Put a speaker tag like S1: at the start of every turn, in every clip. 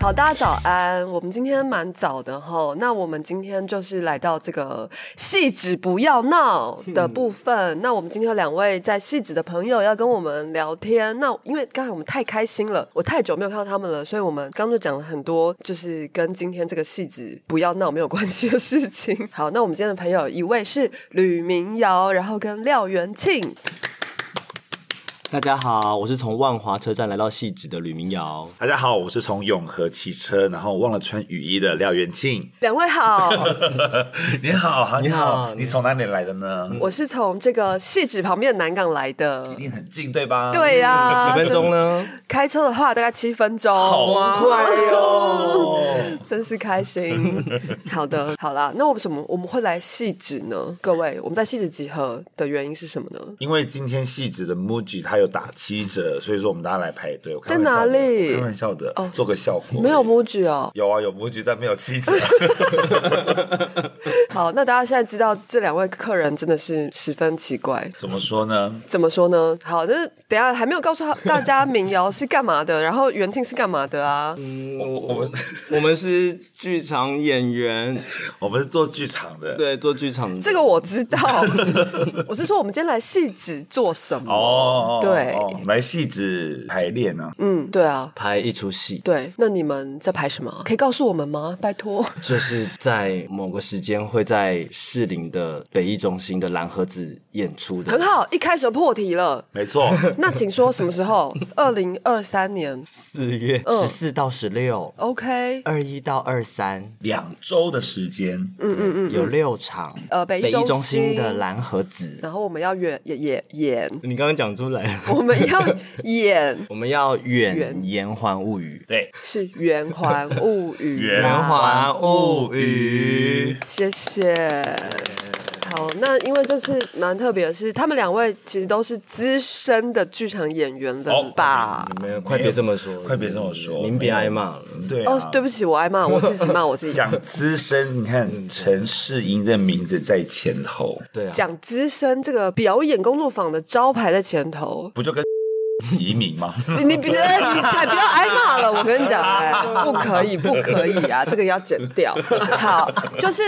S1: 好，大家早安。我们今天蛮早的哈，那我们今天就是来到这个戏子不要闹的部分。那我们今天有两位在戏子的朋友要跟我们聊天。那因为刚才我们太开心了，我太久没有看到他们了，所以我们刚就讲了很多，就是跟今天这个戏子不要闹没有关系的事情。好，那我们今天的朋友一位是吕明瑶，然后跟廖元庆。
S2: 大家好，我是从万华车站来到戏子的吕明瑶。
S3: 大家好，我是从永和骑车，然后忘了穿雨衣的廖元庆。
S1: 两位好，
S3: 你好， 你
S2: 好
S3: 你从哪里来的呢？
S1: 我是从这个戏子旁边的南港来的
S3: 一。定很近，对吧？
S1: 对呀、
S2: 几分钟
S1: 真
S2: 呢？
S1: 开车的话大概七分钟，
S3: 好快哦！
S1: 真是开 心。好的，好啦，那我们什么我们会来细致呢？各位，我们在细致集合的原因是什么呢？
S3: 因为今天戏子的 MUJI 它有打七折，所以说我们大家来排队。我开玩
S1: 在哪
S3: 笑的
S1: 里
S3: 我开玩笑的，做个效果。
S1: 没有 MUJI 哦。
S3: 哦有啊，有 MUJI，但没有七 折。
S1: 好，那大家现在知道这两位客人真的是十分奇怪。
S3: 怎么说呢？
S1: 怎么说呢？好，那等一下还没有告诉大家民谣是干嘛的，然后元庆是干嘛的啊？
S3: 嗯
S2: 我我们我们是剧场演员，
S3: 我们是做剧场的，
S2: 对，做剧场的
S1: 这个我知道， 我是说我们今天来细致做什么？
S3: 哦，
S1: 对
S3: 哦我们来戏子排练呢。
S1: 嗯，对啊，
S2: 拍一出戏，
S1: 对，那你们在排什么啊？可以告诉我们吗？拜托。
S2: 就是在某个时间会在士林的北艺中心的蓝盒子演出
S1: 很
S2: 的。
S1: 好，一开始就破题了。
S3: 没错，
S1: 那请说什么时 候？二零二三年。
S2: 四月
S1: 嗯
S2: 十四到十六，
S1: OK，
S2: 二一到二三，
S3: 两周的时间，
S2: 有六场。
S1: 嗯呃北艺
S2: 艺
S1: 中心
S2: 中心的蓝盒子，
S1: 然后我们要演演演演，
S2: 你刚刚讲出 来了。
S1: 我们要 演
S2: 我们要远
S1: 远
S2: 延环物语，
S3: 对，
S1: 是《圆环物语》
S3: 圆
S1: 啦。
S2: 圆环物语。
S1: 谢谢。好，那因为这次蛮特别的是，他们两位其实都是资深的剧场演员了
S3: 哦
S1: 吧？
S2: 没有，快别这么说，
S3: 快别这么说
S2: 您别挨骂了。
S3: 对啊
S1: 哦，对不起，我挨骂我自己骂 我自己。
S3: 讲资深，你看陈世英的名字在前头，
S2: 对啊，
S1: 讲资深这个表演工作坊的招牌在前头，
S3: 不就跟齐名吗？
S1: 你你别 你才不要挨骂了，我跟你讲，哎，不可以不可以啊，这个要剪掉。好，就是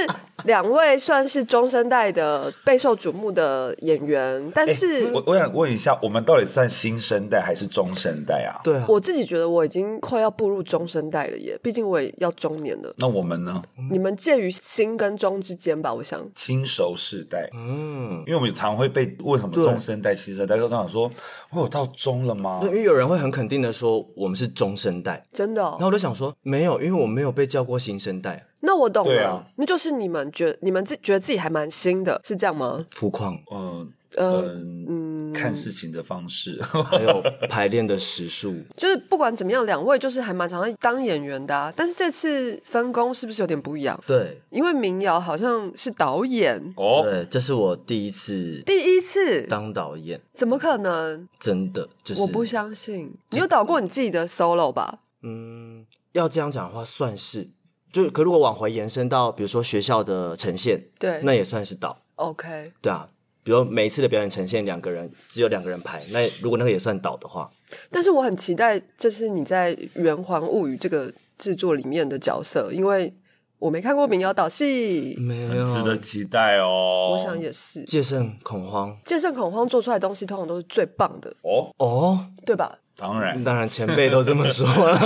S1: 两位算是中生代的备受瞩目的演员，但是
S3: 哎我我想问一下，我们到底算新生代还是中生代啊？
S2: 对啊，
S1: 我自己觉得我已经快要步入中生代了耶，毕竟我也要中年了。
S3: 那我们呢？
S1: 你们介于新跟中之间吧，我想。
S3: 亲熟世代，
S2: 嗯，
S3: 因为我们常会被问什么
S2: 对
S3: 中生代、新生代，都想说，我有到中了吗？
S2: 因为有人会很肯定的说我们是中生代，
S1: 真的
S2: 然后
S1: 哦，
S2: 我就想说没有，因为我没有被叫过新生代，
S1: 那我懂
S3: 对
S1: 了，
S3: 啊
S1: 那就是你们觉你们自觉得自己还蛮新的，是这样吗？
S2: 浮 况
S3: 嗯
S1: 呃，
S3: 嗯，看事情的方式，
S2: 还有排练的时数，
S1: 就是不管怎么样，两位就是还蛮常在当演员的、啊，但是这次分工是不是有点不一样？
S2: 对
S1: 因为民谣好像是导演
S3: 哦，
S2: 对，这是我第一次
S1: 第一次，
S2: 当导演，
S1: 怎么可能？
S2: 真的就是
S1: 我不相信，你有导过你自己的 solo 吧？
S2: 嗯，要这样讲的话算是。就可如果往回延伸到，比如说学校的呈现，
S1: 对
S2: 那也算是导，
S1: ，OK，
S2: 对啊。比如每一次的表演呈现，两个人只有两个人排，那如果那个也算导的话，
S1: 但是我很期待这次你在《圆环物语》这个制作里面的角色，因为我没看过民谣导戏，
S2: 没有
S3: 很值得期待哦。
S1: 我想也是。
S2: 戒慎恐慌
S1: 剑圣恐慌做出来的东西通常都是最棒的，
S3: 哦，
S2: 哦。
S1: 对吧？
S3: 当然，
S1: 嗯
S2: 当然，前辈都这么说了。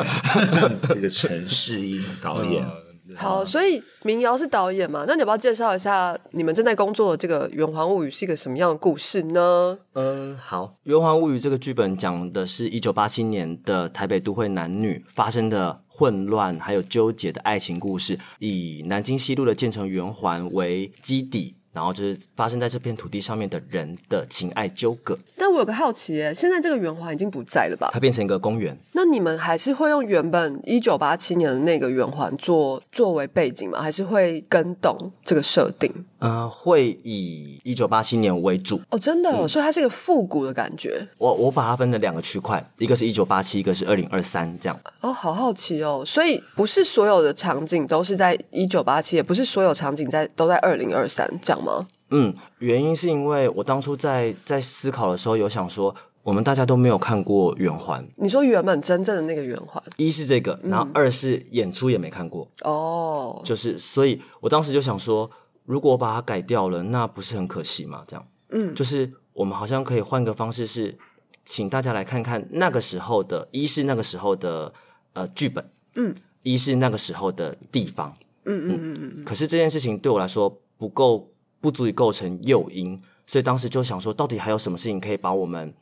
S3: 这个陈 世英 导演，
S1: 嗯好，所以民谣是导演嘛？那你要不要介绍一下你们正在工作的这个《圆环物语》是一个什么样的故事呢？
S2: 嗯，好，《圆环物语》这个剧本讲的是一九八七年的台北都会男女发生的混乱还有纠结的爱情故事，以南京西路的建成圆环为基底。然后就是发生在这片土地上面的人的情爱纠葛，
S1: 但我有个好奇耶，现在这个圆环已经不在了吧？
S2: 它变成一个公园。
S1: 那你们还是会用原本一九八七年的那个圆环做作为背景吗？还是会跟动这个设定？
S2: 呃，会以一九八七年为主。
S1: 哦，真的、哦，所以它是一个复古的感觉
S2: 我我把它分了两个区块，一个是一九八七，一个是二零二三这样。
S1: 哦，好好奇哦。所以不是所有的场景都是在一九八七，也不是所有场景在都在二零二三，这样吗？
S2: 嗯，原因是因为我当初在在思考的时候，有想说我们大家都没有看过圆环，
S1: 你说原本真正的那个圆环
S2: 一是这个，然后二是演出也没看过，
S1: 哦，
S2: 就是所以我当时就想说，如果我把它改掉了，那不是很可惜吗？这样，嗯，就是我们好像可以换个方式是，请大家来看看那个时候的，一是那个时候的呃剧本，
S1: 嗯，
S2: 一是那个时候的地方，
S1: 嗯嗯嗯嗯，
S2: 可是这件事情对我来说不够，不足以构成诱因，所以当时就想说，到底还有什么事情可以把我们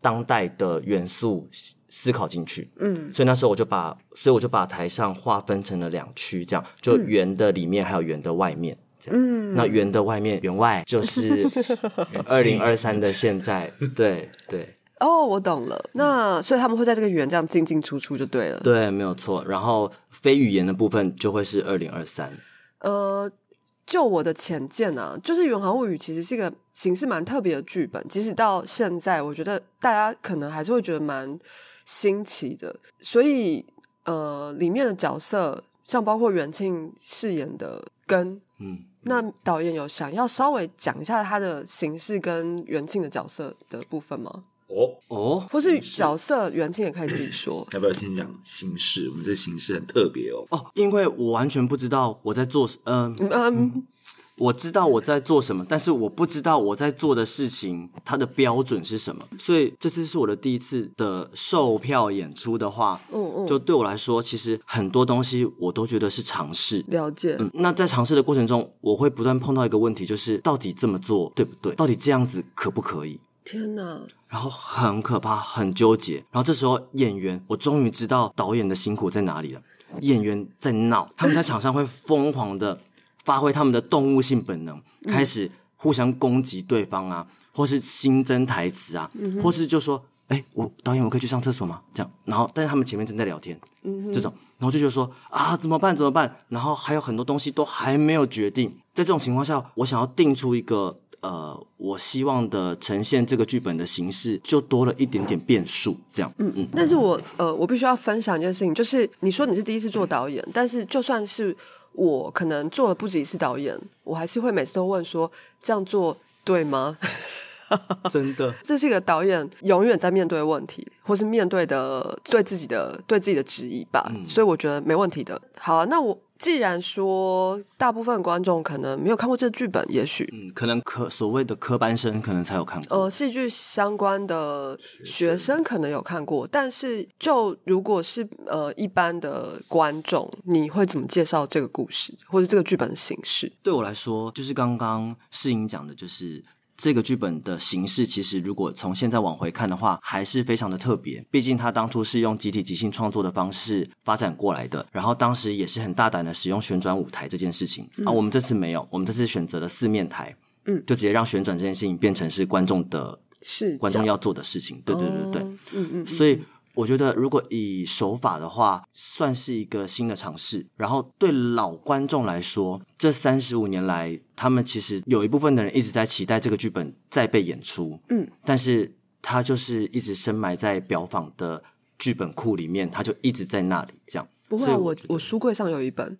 S2: 当代的元素思思考进去？嗯，所以那时候我就把，所以我就把台上划分成了两区，这样就圆的里面还有圆的外面。这样，那圆的外面，圆外就是二零二三的现在，对对
S1: 哦，我懂了。那所以他们会在这个圆这样进进出出就对了。
S2: 对，没有错。然后非语言的部分就会是二零二三，
S1: 呃，就我的浅见啊，就是《远航物语》其实是一个形式蛮特别的剧本，即使到现在，我觉得大家可能还是会觉得蛮新奇的。所以，呃，里面的角色，像包括袁庆饰演的根，
S2: 嗯，
S1: 那导演有想要稍微讲一下他的形式跟袁庆的角色的部分吗？
S3: 哦，。
S2: 哦
S1: 或是角色袁庆也可以自己说
S3: 要不要先讲形式？我们这形式很特别哦。
S2: 哦，因为我完全不知道我在做，嗯、
S1: 嗯嗯，
S2: 我知道我在做什么，但是我不知道我在做的事情它的标准是什么。所以这次是我的第一次的售票演出的话，
S1: 嗯嗯
S2: 就对我来说，其实很多东西我都觉得是尝试。
S1: 了解。
S2: 嗯，那在尝试的过程中，我会不断碰到一个问题，就是到底这么做对不对？到底这样子可不可以？
S1: 天哪，
S2: 然后很可怕，很纠结。然后这时候演员，我终于知道导演的辛苦在哪里了。演员在闹，他们在场上会疯狂的发挥他们的动物性本能，开始互相攻击对方啊，或是新增台词啊，或是就说：“哎，我导演，我可以去上厕所吗？”这样，然后但是他们前面正在聊天，这种，然后就觉得说啊，怎么办？怎么办？然后还有很多东西都还没有决定。在这种情况下，我想要定出一个呃，我希望的呈现这个剧本的形式，就多了一点点变数。这样，嗯嗯，
S1: 但是我呃，我必须要分享一件事情，就是你说你是第一次做导演，但是就算是我可能做了不止一次导演，我还是会每次都问说这样做对吗？
S2: 真的，
S1: 这是一个导演永远在面对问题，或是面对的对自己的对自己的质疑吧。
S2: 嗯
S1: 所以我觉得没问题的。好、啊，那我既然说大部分观众可能没有看过这剧本，也许
S2: 嗯，可能科所谓的科班生可能才有看过。
S1: 呃，戏剧相关的学生可能有看过，但是就如果是呃一般的观众，你会怎么介绍这个故事或者这个剧本的形式？
S2: 对我来说，就是刚刚世英讲的，就是这个剧本的形式，其实如果从现在往回看的话，还是非常的特别。毕竟它当初是用集体即兴创作的方式发展过来的，然后当时也是很大胆的使用旋转舞台这件事情、啊。我们这次没有，我们这次选择了四面台，
S1: 嗯，
S2: 就直接让旋转这件事情变成是观众的
S1: 是
S2: 观众要做的事情。对对对对，
S1: 哦嗯嗯，
S2: 所以我觉得，如果以手法的话，算是一个新的尝试。然后对老观众来说，这三十五年来，他们其实有一部分的人一直在期待这个剧本再被演出，
S1: 嗯，
S2: 但是它就是一直深埋在表坊的剧本库里面，它就一直在那里。这样，
S1: 不会
S2: 所
S1: 啊，
S2: 以我
S1: 我我书柜上有一本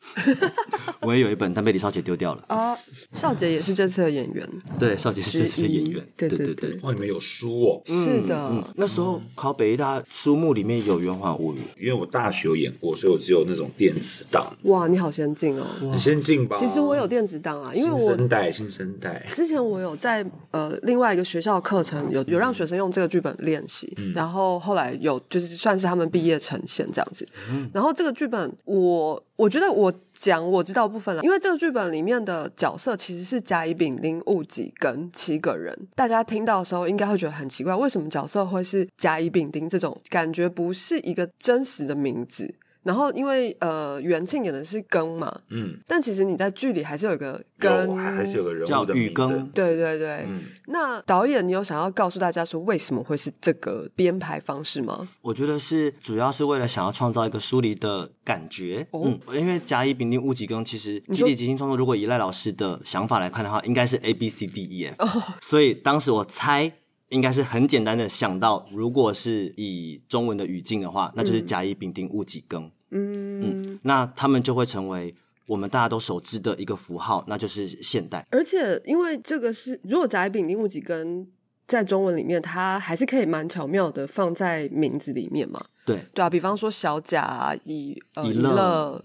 S2: 我也有一本，但被李少杰丢掉了。
S1: 啊， 少杰也是这次的演员，
S2: 对，少杰是这次的演员，
S1: 之一对
S2: 对
S1: 对
S2: 对
S1: 对。
S3: 哇，你们有书哦？
S1: 是的，
S2: 嗯，那时候考北艺大书目里面有《圆环物语》，
S3: 因为我大学有演过，所以我只有那种电子档，
S1: 哇，你好先进
S2: 嗯
S1: 哦。
S3: 很先进吧？
S1: 其实我有电子档啊，因为
S3: 新
S1: 我
S3: 生代，新生代。
S1: 之前我有在呃另外一个学校的课程
S3: 嗯
S1: 有有让学生用这个剧本练习，然后后来有就是算是他们毕业呈现这样子。
S3: 嗯
S1: 然后这个剧本我我觉得我讲我知道部分了，因为这个剧本里面的角色其实是甲乙丙丁戊己庚七个人，大家听到的时候应该会觉得很奇怪，为什么角色会是甲乙丙丁这种感觉不是一个真实的名字？然后因为呃袁庆演的是庚嘛，
S3: 嗯，
S1: 但其实你在剧里还是有一个
S3: 有
S1: 庚，
S3: 还还是有个人
S2: 叫
S3: 物的
S2: 雨
S3: 名字
S2: 耕
S1: 对对对，
S2: 嗯
S1: 那导演，你有想要告诉大家说为什么会是这个编排方式吗？
S2: 我觉得是主要是为了想要创造一个疏离的感觉。
S1: 哦
S2: 嗯，因为甲乙丙丁戊己庚，其实集
S1: 说
S2: 体即兴创作，如果以赖老师的想法来看的话，应该是 A B C D E F。所
S1: 哦
S2: 以当时我猜。应该是很简单的想到，如果是以中文的语境的话，那
S1: 嗯
S2: 就是甲乙丙丁戊己庚。嗯嗯，那他们就会成为我们大家都熟知的一个符号，那就是现代。
S1: 而且因为这个是，如果甲乙丙丁戊己庚在中文里面，它还是可以蛮巧妙的放在名字里面嘛。
S2: 对，
S1: 对啊，比方说小贾、啊、以呃
S2: 以
S1: 以
S2: 乐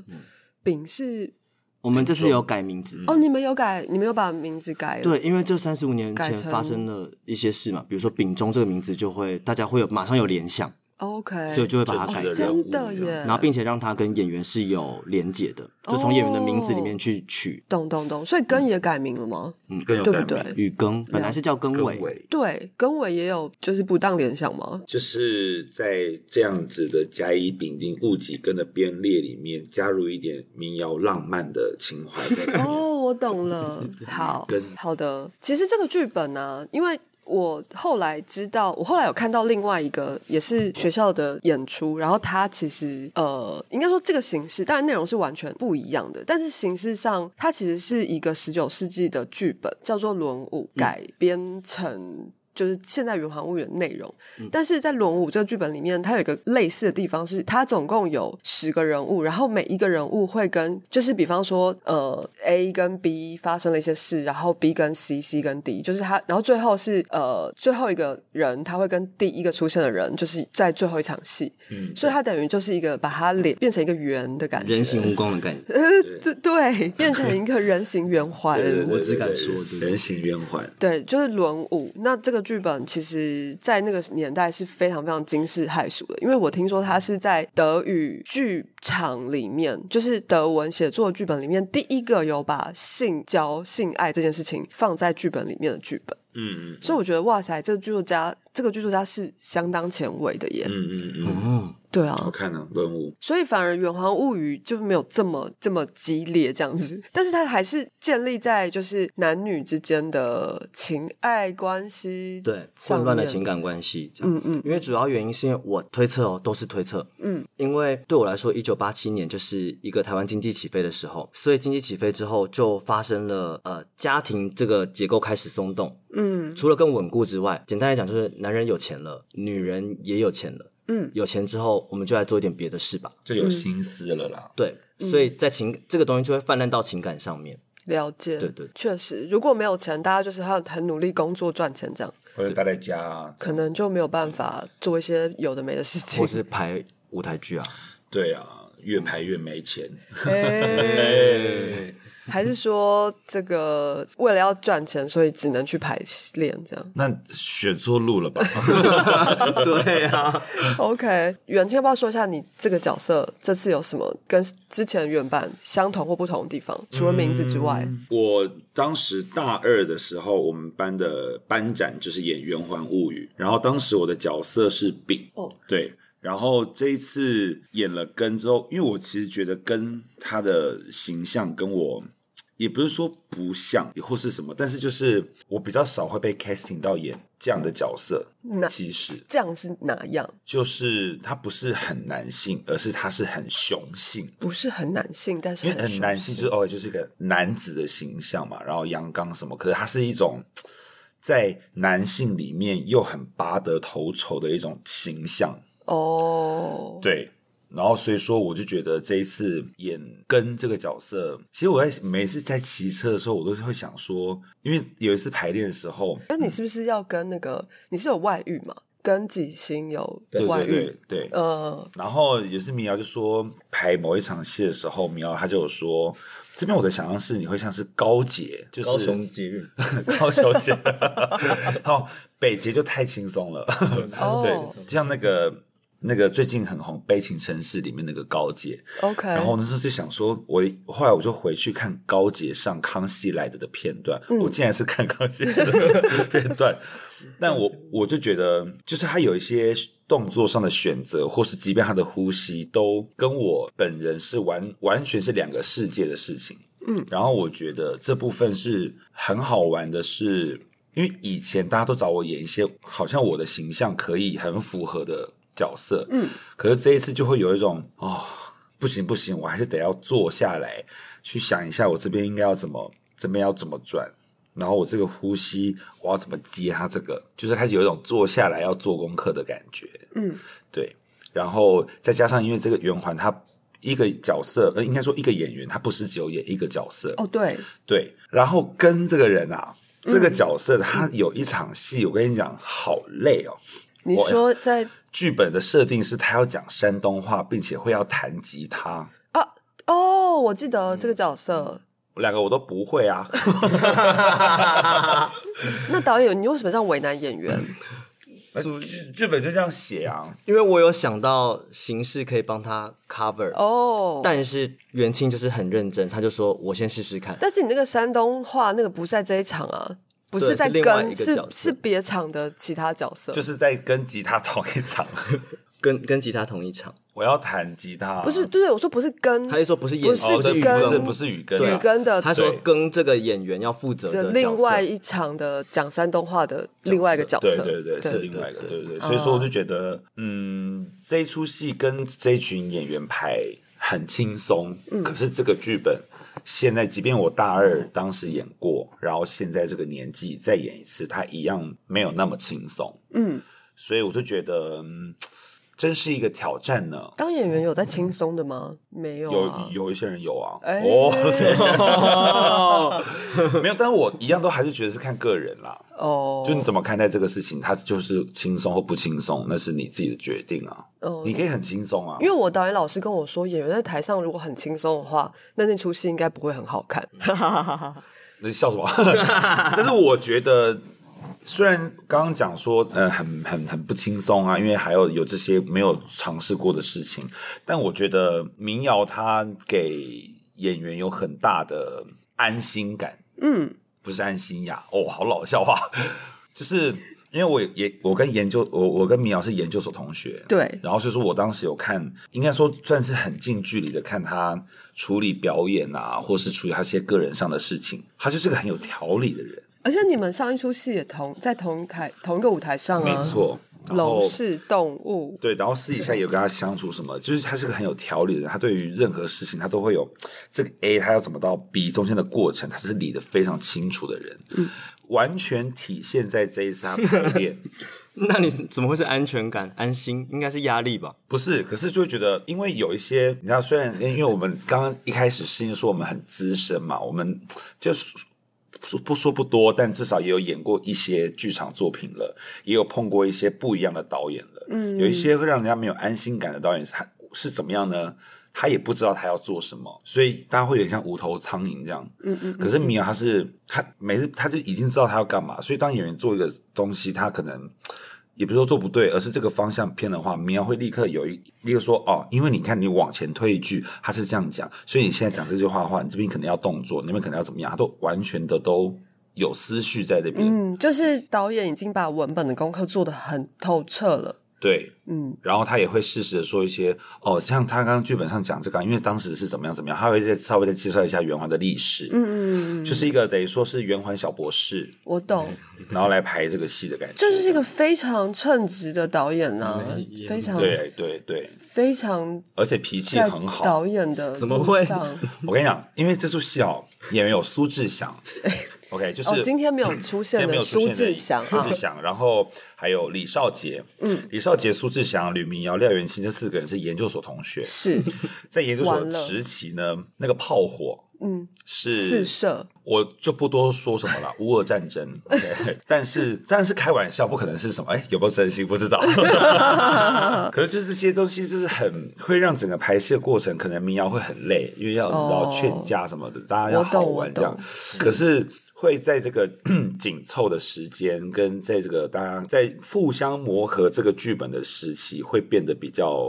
S2: 嗯
S1: 乐丙是
S2: 我们这次有改名字。
S1: 哦，你们有改，你们有把名字改了。
S2: 嗯对，因为这三十五年前
S1: 改成
S2: 发生了一些事嘛，比如说丙中这个名字就会大家会有马上有联想，
S1: ，OK，哦
S2: 所以就会把它改
S3: 政治
S2: 掉
S3: 人物，
S1: 真的耶，
S2: 然后并且让它跟演员是有连结的，
S1: 哦
S2: 就从演员的名字里面去取。
S1: 懂懂懂，所以根也改名了吗？
S2: 嗯
S3: 更有
S1: 对不
S3: 感
S1: 对啊
S3: 觉。
S2: 雨庚本来是叫庚
S3: 更
S2: 伟，
S3: 伟
S1: 对，根尾也有就是不当联想吗？
S3: 就是在这样子的甲乙丙丁戊己庚的编列里面，加入一点民谣浪漫的情怀在里 面。
S1: 哦，我懂了。好
S3: 跟
S1: 好的，其实这个剧本呢、因为。我后来知道，我后来有看到另外一个也是学校的演出，然后它其实呃，应该说这个形式，当然内容是完全不一样的，但是形式上它其实是一个十九世纪的剧本，叫做《轮舞》，改编成就是现在《圆环物语》的内容。
S3: 嗯
S1: 但是在《轮舞》这个剧本里面，它有一个类似的地方是，它总共有十个人物，然后每一个人物会跟，就是比方说，呃，A 跟 B 发生了一些事，然后 B 跟 C，C 跟 D，就是他，然后最后是呃最后一个人，他会跟第一个出现的人，就是在最后一场戏，
S3: 嗯，
S1: 所以它等于就是一个把它脸变成一个圆的感觉，
S2: 人 形蜈蚣的概念。
S1: 对 对，变成一个人形圆环，
S3: 对对对对
S2: 我只敢说
S3: 对
S2: 对
S3: 人形圆环。
S1: 对，就是轮舞。那这个剧本其实，在那个年代是非常非常惊世骇俗的，因为我听说它是在德语剧场里面，就是德文写作剧本里面第一个有把性交、性爱这件事情放在剧本里面的剧本。
S3: 嗯嗯
S1: 所以我觉得，哇塞，这个剧作家，这个剧作家是相当前卫的耶。
S3: 嗯嗯嗯，
S2: 哦，
S1: 对
S3: 好
S1: 啊，
S3: 看啊，轮舞。
S1: 所以反而《远航物语》就没有这么这么激烈这样子，
S2: 嗯
S1: 但是它还是建立在就是男女之间的情爱关系
S2: 对，
S1: 上
S2: 混乱的
S1: 面
S2: 情感关系，这样。
S1: 嗯嗯
S2: 因为主要原因是因为我推测哦，都是推测。
S1: 嗯，
S2: 因为对我来说，一九八七年就是一个台湾经济起飞的时候，所以经济起飞之后就发生了呃家庭这个结构开始松动，
S1: 嗯
S2: 除了更稳固之外，简单来讲就是男人有钱了，女人也有钱了。
S1: 嗯，
S2: 有钱之后，我们就来做一点别的事吧。
S3: 就有心思了啦。
S2: 对，
S1: 嗯
S2: 所以在情这个东西就会泛滥到情感上 面。
S1: 了解，
S2: 对对
S1: 确实，如果没有钱，大家就是要很努力工作赚钱，这样
S3: 或者待在家啊，
S1: 可能就没有办法做一些有的没的事情
S2: 或。是 拍舞台剧啊，
S3: 对啊，越排越没钱。
S1: 哎还是说这个为了要赚钱，所以只能去排练这样
S3: 那选错路 了吧？
S2: 对啊，
S1: ？OK，远清要不要说一下你这个角色这次有什么跟之前原版相同或不同的地方？除了名字之外，
S3: 我当时大二的时候，我们班的班展就是演《圆环物语》，然后当时我的角色是丙，
S1: 哦
S3: 对。然后这一次演了根之后，因为我其实觉得根他的形象跟我也不是说不像或是什么，但是就是我比较少会被 casting 到演这样的角色
S1: 那。
S3: 其实
S1: 这样是哪样？
S3: 就是他不是很男性，而是他是很雄性。
S1: 不是很男性，但是
S3: 因为很
S1: 雄
S3: 男性，就是
S1: 性
S3: 偶尔就是一个男子的形象嘛，然后阳刚什么，可是他是一种在男性里面又很拔得头筹的一种形象，
S1: 哦，
S3: 对。然后所以说，我就觉得这一次演跟这个角色，其实我在每次在骑车的时候，我都是会想说，因为有一次排练的时候，
S1: 那你是不是要跟那个你是有外遇嘛？跟几星有
S3: 对
S1: 外
S3: 对
S1: 遇？
S3: 对对，
S1: 呃，
S3: 然后也是民谣就说排某一场戏的时候，民谣他就有说，这边我的想象是你会像是高姐，就是
S2: 捷运，
S3: 高小姐， 好，北捷就太轻松了，
S1: 哦
S3: 对，就像那个那个最近很红《悲情城市》里面那个高姐，
S1: ，OK，
S3: 然后我那时候就想说，我后来我就回去看高姐上《康熙来的》的片段，我竟然是看康熙来的片段，但我我就觉得，就是她有一些动作上的选择，或是即便她的呼吸，都跟我本人是完完全是两个世界的事情。嗯，然后我觉得这部分是很好玩的是，因为以前大家都找我演一些好像我的形象可以很符合的角色，嗯，可是这一次就会有一种哦，不行不行，我还是得要坐下来去想一下，我这边应该要怎么，这边要怎么转，然后我这个呼吸我要怎么接它，这个就是开始有一种坐下来要做功课的感觉，
S1: 嗯，
S3: 对，然后再加上因为这个圆环它。一个角色，
S1: 哦
S3: 呃，应该说一个演员，他不是只有演一个角色，
S1: 哦，对，
S3: 对，然后跟这个人啊，这个角色他有一场戏，我跟你讲，好累哦。
S1: 你
S3: 我
S1: 说在
S3: 剧本的设定是他要讲山东话，并且会要弹吉他，
S1: 啊哦，我记得这个角色。
S3: 两个我都不会啊。嗯
S1: 那导演，你为什么这样为难演员？
S3: 主剧本就这样写啊，
S2: 因为我有想到形式可以帮他 cover，、
S1: 哦，
S2: 但是元庆就是很认真，他就说我先试试看。
S1: 但是你那个山东话那个不是在这一场啊，不
S2: 对
S1: 是在
S2: 是另外一
S1: 跟
S2: 个
S1: 是
S2: 角色
S1: 是别场的其他角色，
S3: 就是在跟吉他 同一场。
S2: 跟跟吉他同一场，
S3: 我要弹吉他，
S1: 不是对对，我说不是跟
S2: 他就说不是
S1: 不
S2: 演
S1: 是
S2: 戏，
S3: 哦，这
S2: 是
S1: 跟
S3: 不
S2: 跟
S3: 是这不是雨根
S1: 女
S3: 啊，
S1: 跟的
S2: 他说
S3: 对
S2: 跟这个演员要负责
S1: 这
S2: 的
S1: 另外
S2: 角色
S1: 一场的讲山东话的另外一个角
S3: 对
S1: 色，
S3: 对对，是另外一个，
S2: 对
S3: 对对。所以说，我就觉得，嗯，这一出戏跟这一群演员排很轻松，可是这个剧本现在，即便我大二当时演过，然后现在这个年纪再演一次，它一样没有那么轻松。
S1: 嗯，
S3: 所以我就觉得，嗯真是一个挑战呢。
S1: 当演员有在轻松的吗？没有啊
S3: 有。有一些人有啊，
S1: 哎
S3: 哦，是 没有，但是我一样都还是觉得是看个人啦。
S1: 哦，
S3: 就你怎么看待这个事情，它就是轻松或不轻松，那是你自己的决定啊。
S1: 哦
S3: 你可以很轻松啊
S1: 因，为我导演老师跟我说，演员在台上如果很轻松的话，那那出戏应该不会很好看。
S3: 你笑什么？ 但是我觉得，虽然刚刚讲说，呃，很很很不轻松啊，因为还有有这些没有尝试过的事情，但我觉得民谣它给演员有很大的安心感。
S1: 嗯，
S3: 不是安心呀，哦，好老笑话， 就是因为我也我跟研究我我跟民谣是研究所同学，
S1: 对，
S3: 然后所以说我当时有看，应该说算是很近距离的看他处理表演啊，或是处理他一些个人上的事情，他就是个很有条理的人，
S1: 而且你们上一出戏也同在同一台同一个舞台上啊，
S3: 没，错。然后
S1: 龙是动物，
S3: 对，然后私底下也有跟他相处什么，就是他是个很有条理的人，他对于任何事情他都会有这个 A，他要怎么到 B 中间的过程，他是理得非常清楚的人，完全体现在这一次他排练。
S2: 那你怎么会是安全感、安心？应该是压力吧？
S3: 不是，可是就会觉得，因为有一些，你知道，虽然因为我们刚刚一开始是因为说我们很资深嘛，我们就是说不说不多，但至少也有演过一些剧场作品了，也有碰过一些不一样的导演了。嗯，有一些会让人家没有安心感的导演，他是怎么样呢？他也不知道他要做什么，所以大家会有点像无头苍蝇这样。嗯嗯可是米娅他是他每次他就已经知道他要干嘛，所以当演员做一个东西，他可能也不是说做不对，而是这个方向偏的话，民谣会立刻有一立刻说哦，因为你看你往前推一句，他是这样讲，所以你现在讲这句话的话，你这边可能要动作，那边可能要怎么样，他都完全的都有思绪在那边。
S1: 嗯，就是导演已经把文本的功课做得很透彻了。
S3: 对，
S1: 嗯，
S3: 然后他也会适时的说一些哦，像他刚刚剧本上讲这个啊，因为当时是怎么样怎么样，他会再稍微再介绍一下圆环的历史，嗯嗯，就是一个等于说是圆环小博士，
S1: 我懂，
S3: 然后来排这个戏的感觉，
S1: 这就是一个非常称职的导演啊，非常
S3: 对对对，
S1: 非常
S3: 而且脾气
S1: 在
S3: 很好，
S1: 导演的
S2: 怎么会
S1: 路 上哦
S3: 我跟你讲，因为这出戏哦，演员有苏志祥，OK，就是、
S1: 哦，今天没有出
S3: 今
S1: 现
S3: 天没
S1: 的
S3: 有出
S1: 苏
S3: 现的
S1: 志 祥
S3: 苏
S1: 啊
S3: 志，祥，然后还有李少杰，嗯，李少杰、苏志祥、吕明瑶、廖元清这四个人是研究所同学，
S1: 是
S3: 在研究
S1: 完
S3: 所
S1: 了
S3: 时期呢，那个炮火，嗯，
S1: 四
S3: 是
S1: 射，
S3: 我就不多说什么了， 乌俄战争。对但是当然是开玩笑，不可能是什么，哎，有没有真心不知道。 可是就是这些东西，就是很会让整个排戏的过程，可能民谣会很累，因为要你知道
S1: 哦
S3: 劝架什么的，大家要
S1: 我懂
S3: 好玩
S1: 我
S3: 这
S1: 懂
S3: 样。可是。会在这个 紧凑的时间，跟在这个大家在互相磨合这个剧本的时期，会变得比较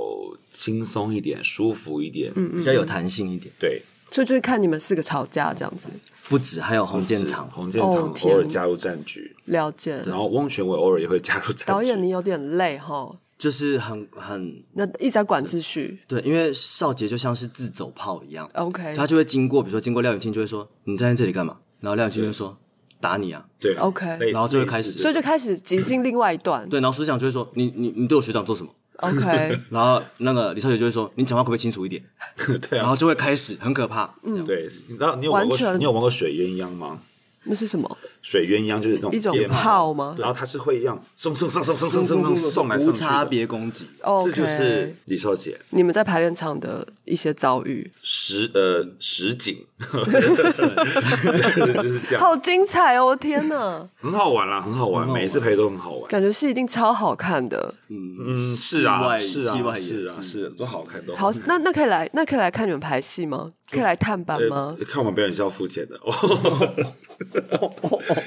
S3: 轻松一点、舒服一点。嗯，
S2: 比较有弹性一点。
S3: 对，
S1: 就就是看你们四个吵架这样子，
S2: 不止，还有洪建
S3: 场
S2: 长，
S3: 红建
S1: 哦
S3: 场偶
S1: 天
S3: 尔加入战局，
S1: 了解。
S3: 然后翁泉我偶尔也会加入战局
S1: 导演，你有点累哈，
S2: 就是很很
S1: 那一直在管秩序。
S2: 对，因为少杰就像是自走炮一样，
S1: OK
S2: 他就会经过，比如说经过廖永庆，就会说你站在这里干嘛？然后廖永庆就说打你啊，
S3: 对
S1: OK
S3: 类
S2: 然后就会
S3: 类似
S2: 开始
S1: 所以就开始即兴另外一段
S2: 对，然后思想就会说你你你对我学长做什么？
S1: ，OK，
S2: 然后那个李少杰就会说你讲话可不可以清楚一点？
S3: 对
S2: 然
S3: 啊，
S2: 后就会开始很可怕，嗯，
S3: 对，你知道你有玩过
S1: 完全
S3: 你有玩过水鸳鸯吗？
S1: 那是什么？
S3: 水鸳鸯，就是那种
S1: 一种
S3: 鞭
S1: 炮吗
S3: 然后它是会一样送送送送送送送送送来
S2: 无
S3: 送去的
S2: 差，别攻击，
S1: OK，
S3: 这就是李少杰
S1: 你们在排练场的一些遭遇，
S3: 实呃实 景，就是这样，
S1: 好精彩哦！天哪，
S3: 很好玩啦，很好玩，每一次陪都很好 玩。
S1: 感觉戏一定超好看的。
S3: 嗯，
S2: 嗯
S3: 是
S2: 戏
S3: 啊，
S2: 外
S3: 是
S2: 戏外
S3: 啊，
S2: 演
S3: 是啊，是啊都好看，都
S1: 好
S3: 看，
S1: 那那可以来，那可以来看你们排戏吗？可以来探班吗？
S3: 呃看我们表演是要 付钱的。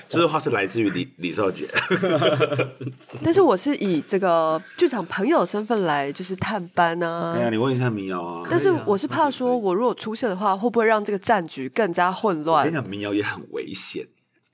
S3: 这句话是来自于李李少杰，
S1: 但是我是以这个剧场朋友身份来，就是探班
S3: 哎呀，
S1: 啊。
S3: 你问一下民谣啊。
S1: 但是我是怕说，我如果出现的话，会不会让这个战局更加混
S3: 我跟
S1: 乱
S3: 你？哎讲，民谣也很危险。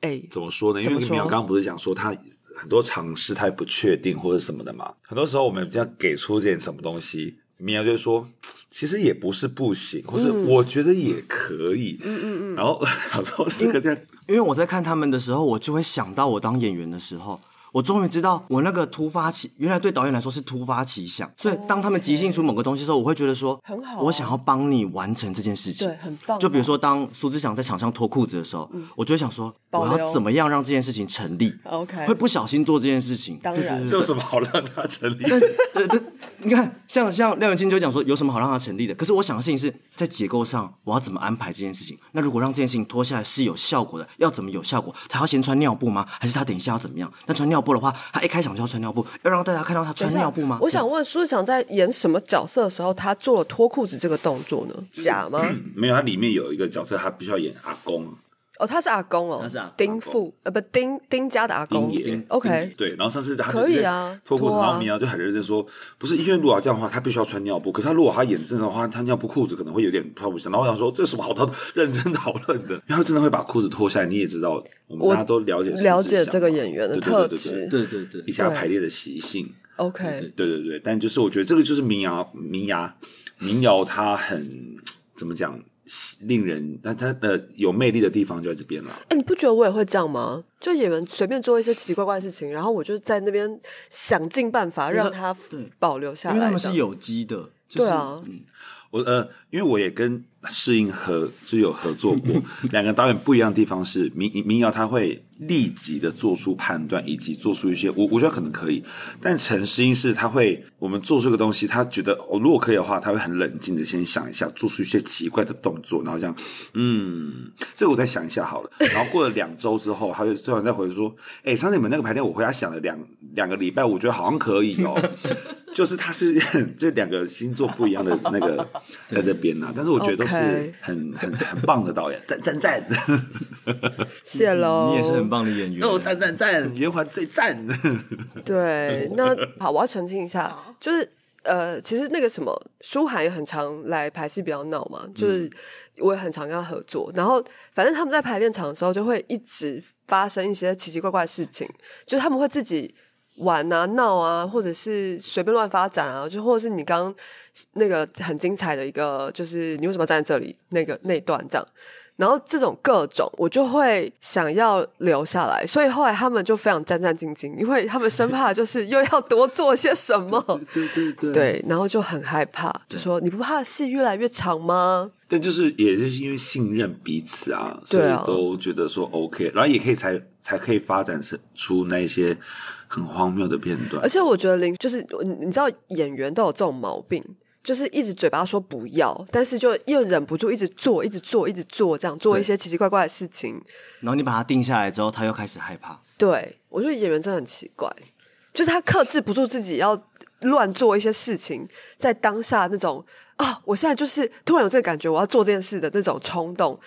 S1: 哎，
S3: 怎么说呢？因
S1: 怎
S3: 为
S1: 么说
S3: 民谣刚刚不是讲说他很多尝试他也不确定或者什么的嘛。很多时候我们要给出点什么东西，民谣就会说其实也不是不行，或是我觉得也可以。嗯嗯嗯。然后然后四个这样，
S2: 因为我在看他们的时候，我就会想到我当演员的时候，我终于知道我那个突发奇，原来对导演来说是突发奇想，所以当他们即兴出某个东西的时候，我会觉得说，
S1: 哦很好啊
S2: 我想要帮你完成这件事情，
S1: 对很棒啊嗯
S2: 就比如说当苏志祥在场上脱裤子的时候，我就会想说，
S1: 保
S2: 我
S1: 留
S2: 要怎么样让这件事情成立
S1: OK
S2: 会不小心做这件事情，
S1: 当然
S3: 这有什么好让他成立？
S2: 但是，对对，你看，像像廖元清就讲说，有什么好让它成立的？可是我想的事情是在结构上，我要怎么安排这件事情？那如果让这件事情拖下来是有效果的，要怎么有效果？他要先穿尿布吗？还是他等一下要怎么样？那穿尿布的话，他一开场就要穿尿布，要让大家看到他穿尿布吗？
S1: 我想问苏志祥在演什么角色的时候，他做了脱裤子这个动作呢？假吗？
S3: 没有，它里面有一个角色，他必须要演阿公
S1: 哦，他是阿公哦，
S2: 他是阿公
S1: 丁父呃不丁丁家的阿
S3: 丁
S1: 公
S3: 爷。
S1: OK，
S3: 对，然后上次他
S1: 可以啊
S3: 脱裤子，
S1: 脱啊
S3: 然后民谣就很认真说，不是因为如果要这样的话，他必须要穿尿布，可是他如果他眼正的话，他尿布裤子可能会有点穿不下。然后我想说，这有什么好讨认真讨论的？然后真的会把裤子脱下来，你也知道，我们
S1: 我
S3: 大家都了解苏志
S1: 了解
S3: 祥
S1: 这个
S3: 嘛
S1: 演员的
S3: 对对
S1: 特
S3: 对对
S1: 质
S2: 对
S3: 对
S2: 对对
S3: 以，下
S1: 对
S3: 排列的习性，
S1: OK，
S3: 对对对。但就是我觉得这个就是民谣，民谣，民谣，它很怎么讲，令人那它的有魅力的地方就在这边了。
S1: 哎，你不觉得我也会这样吗？就演员随便做一些奇奇怪怪的事情，然后我就在那边想尽办法让他保留下
S2: 因为他
S1: 来
S2: 们是
S1: 的。
S2: 有机的，就
S1: 对
S2: 是、
S1: 啊，
S3: 我呃，因为我也跟适应合就有合作过，两个导演不一样的地方是民民谣，他会立即的做出判断，以及做出一些我我觉得可能可以，但陈适应是他会我们做出一个东西，他觉得哦如果可以的话，他会很冷静的先想一下，做出一些奇怪的动作，然后这样嗯，这个我再想一下好了。然后过了两周之后，他就突然再回说：“哎、上次你们那个排练，我回家想了两两个礼拜，我觉得好像可以哦。” 就是他是 这两个星座不一样的那个在这边呐、啊 但是我觉得都是
S1: OK
S3: 很很很棒的导演，赞赞赞，
S1: 谢喽。
S2: 你也是很棒的演员。欸
S3: 哦赞赞赞， 圆环最赞。
S1: 对，那好，我要澄清一下，就是呃，其实那个什么，舒涵也很常来排戏，比较闹嘛，就是我也很常跟他合作。然后反正他们在排练场的时候，就会一直发生一些奇奇怪怪的事情，就是他们会自己。玩啊、闹啊，或者是随便乱发展啊，就或者是你刚刚那个很精彩的一个，就是你为什么要站在这里那个那一段这样，然后这种各种，我就会想要留下来，所以后来他们就非常战战兢兢，因为他们生怕就是又要多做些什么，
S2: 对对对
S1: 对，然后就很害怕，就说你不怕戏越来越长吗？
S3: 但就是也就是因为信任彼此啊，所
S1: 对
S3: 以
S1: 啊
S3: 都觉得说 OK，然后也可以才才可以发展出那一些很荒谬的片段
S1: 而。且我觉得林就是你你知道演员都有这种毛病。就是一直嘴巴说不要，但是就又忍不住一直做，一直做，一直做，这样做一些奇奇怪怪的事情。
S2: 然后你把它定下来之后，他又开始害怕。
S1: 对，我觉得演员真的很奇怪，就是他克制不住自己要乱做一些事情，在当下那种啊，我现在就是突然有这个感觉，我要做这件事的那种冲动，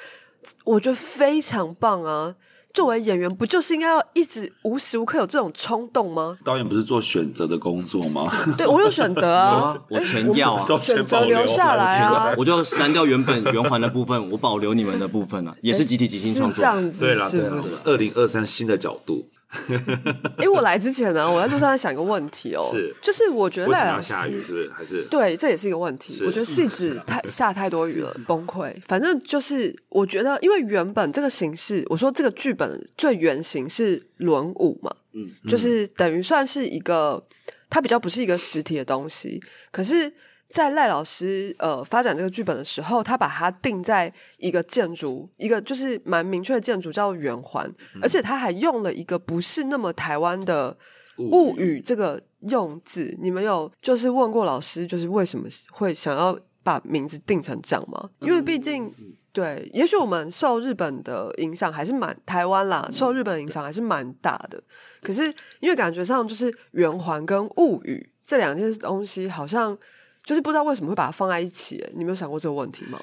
S1: 我觉得非常棒啊！作为演员，不就是应该要一直无时无刻有这种冲动吗？
S3: 导演不是做选择的工作吗？
S1: 对我有选择啊，
S2: 我
S1: 哎
S2: 全要啊
S1: 我选择留下来啊，
S2: 我就删掉原本圆环的部分，我保留你们的部分啊，也是集体即兴
S1: 是
S2: 创
S1: 这
S2: 作。
S1: 样子，
S3: 对啦，
S1: 是
S3: 对啦
S1: 不是？，
S3: 二零二三新的角度，
S1: 因为我来之前呢，我在路上在想一个问题哦，
S3: 是
S1: 就是我觉得
S3: 为什
S1: 赖
S3: 么
S1: 老
S3: 要
S1: 师
S3: 下雨？是不是？还是
S1: 对，这也是一个问题。
S3: 是
S1: 我觉得戏子太下太多雨了，崩溃。反正就是，我觉得因为原本这个形式，我说这个剧本最原型是轮舞嘛，嗯，就是等于算是一个，它比较不是一个实体的东西，可是。在赖老师呃发展这个剧本的时候，他把它定在一个建筑，一个就是蛮明确的建筑叫圆环，而且他还用了一个不是那么台湾的物语这个用字。你们有就是问过老师，就是为什么会想要把名字定成这样吗？因为毕竟。对，也许我们受日本的影响还是蛮台湾啦，受日本影响还是蛮大的。可是因为感觉上就是圆环跟物语这两件东西，好像就是不知道为什么会把它放在一起耶。你没有想过这个问题吗？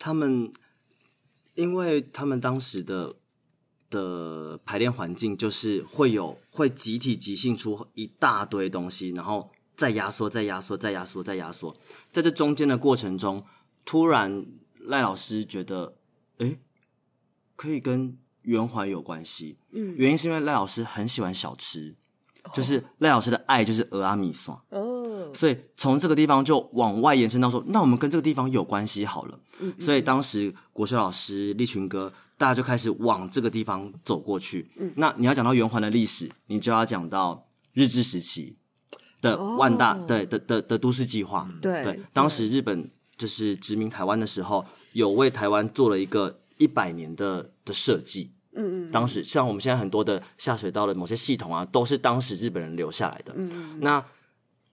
S2: 他们，因为他们当时的的排练环境就是会有会集体即兴出一大堆东西，然后再压缩、再压缩、再压缩、再压缩，在这中间的过程中，突然赖老师觉得，诶，可以跟圆环有关系。嗯，原因是因为赖老师很喜欢小吃，就是赖老师的爱就是俄阿米爽。
S1: 哦，
S2: 所以从这个地方就往外延伸到说，那我们跟这个地方有关系好了。
S1: 嗯
S2: 所以当时国修老师、立群哥，大家就开始往这个地方走过去。那你要讲到圆环的历史，你就要讲到日治时期的万大、
S1: 哦
S2: 对的的的都市计划。
S1: 对
S2: 对，当时日本就是殖民台湾的时候，有为台湾做了一个一百年的的设计。嗯嗯，当时像我们现在很多的下水道的某些系统啊，都是当时日本人留下来的。嗯，那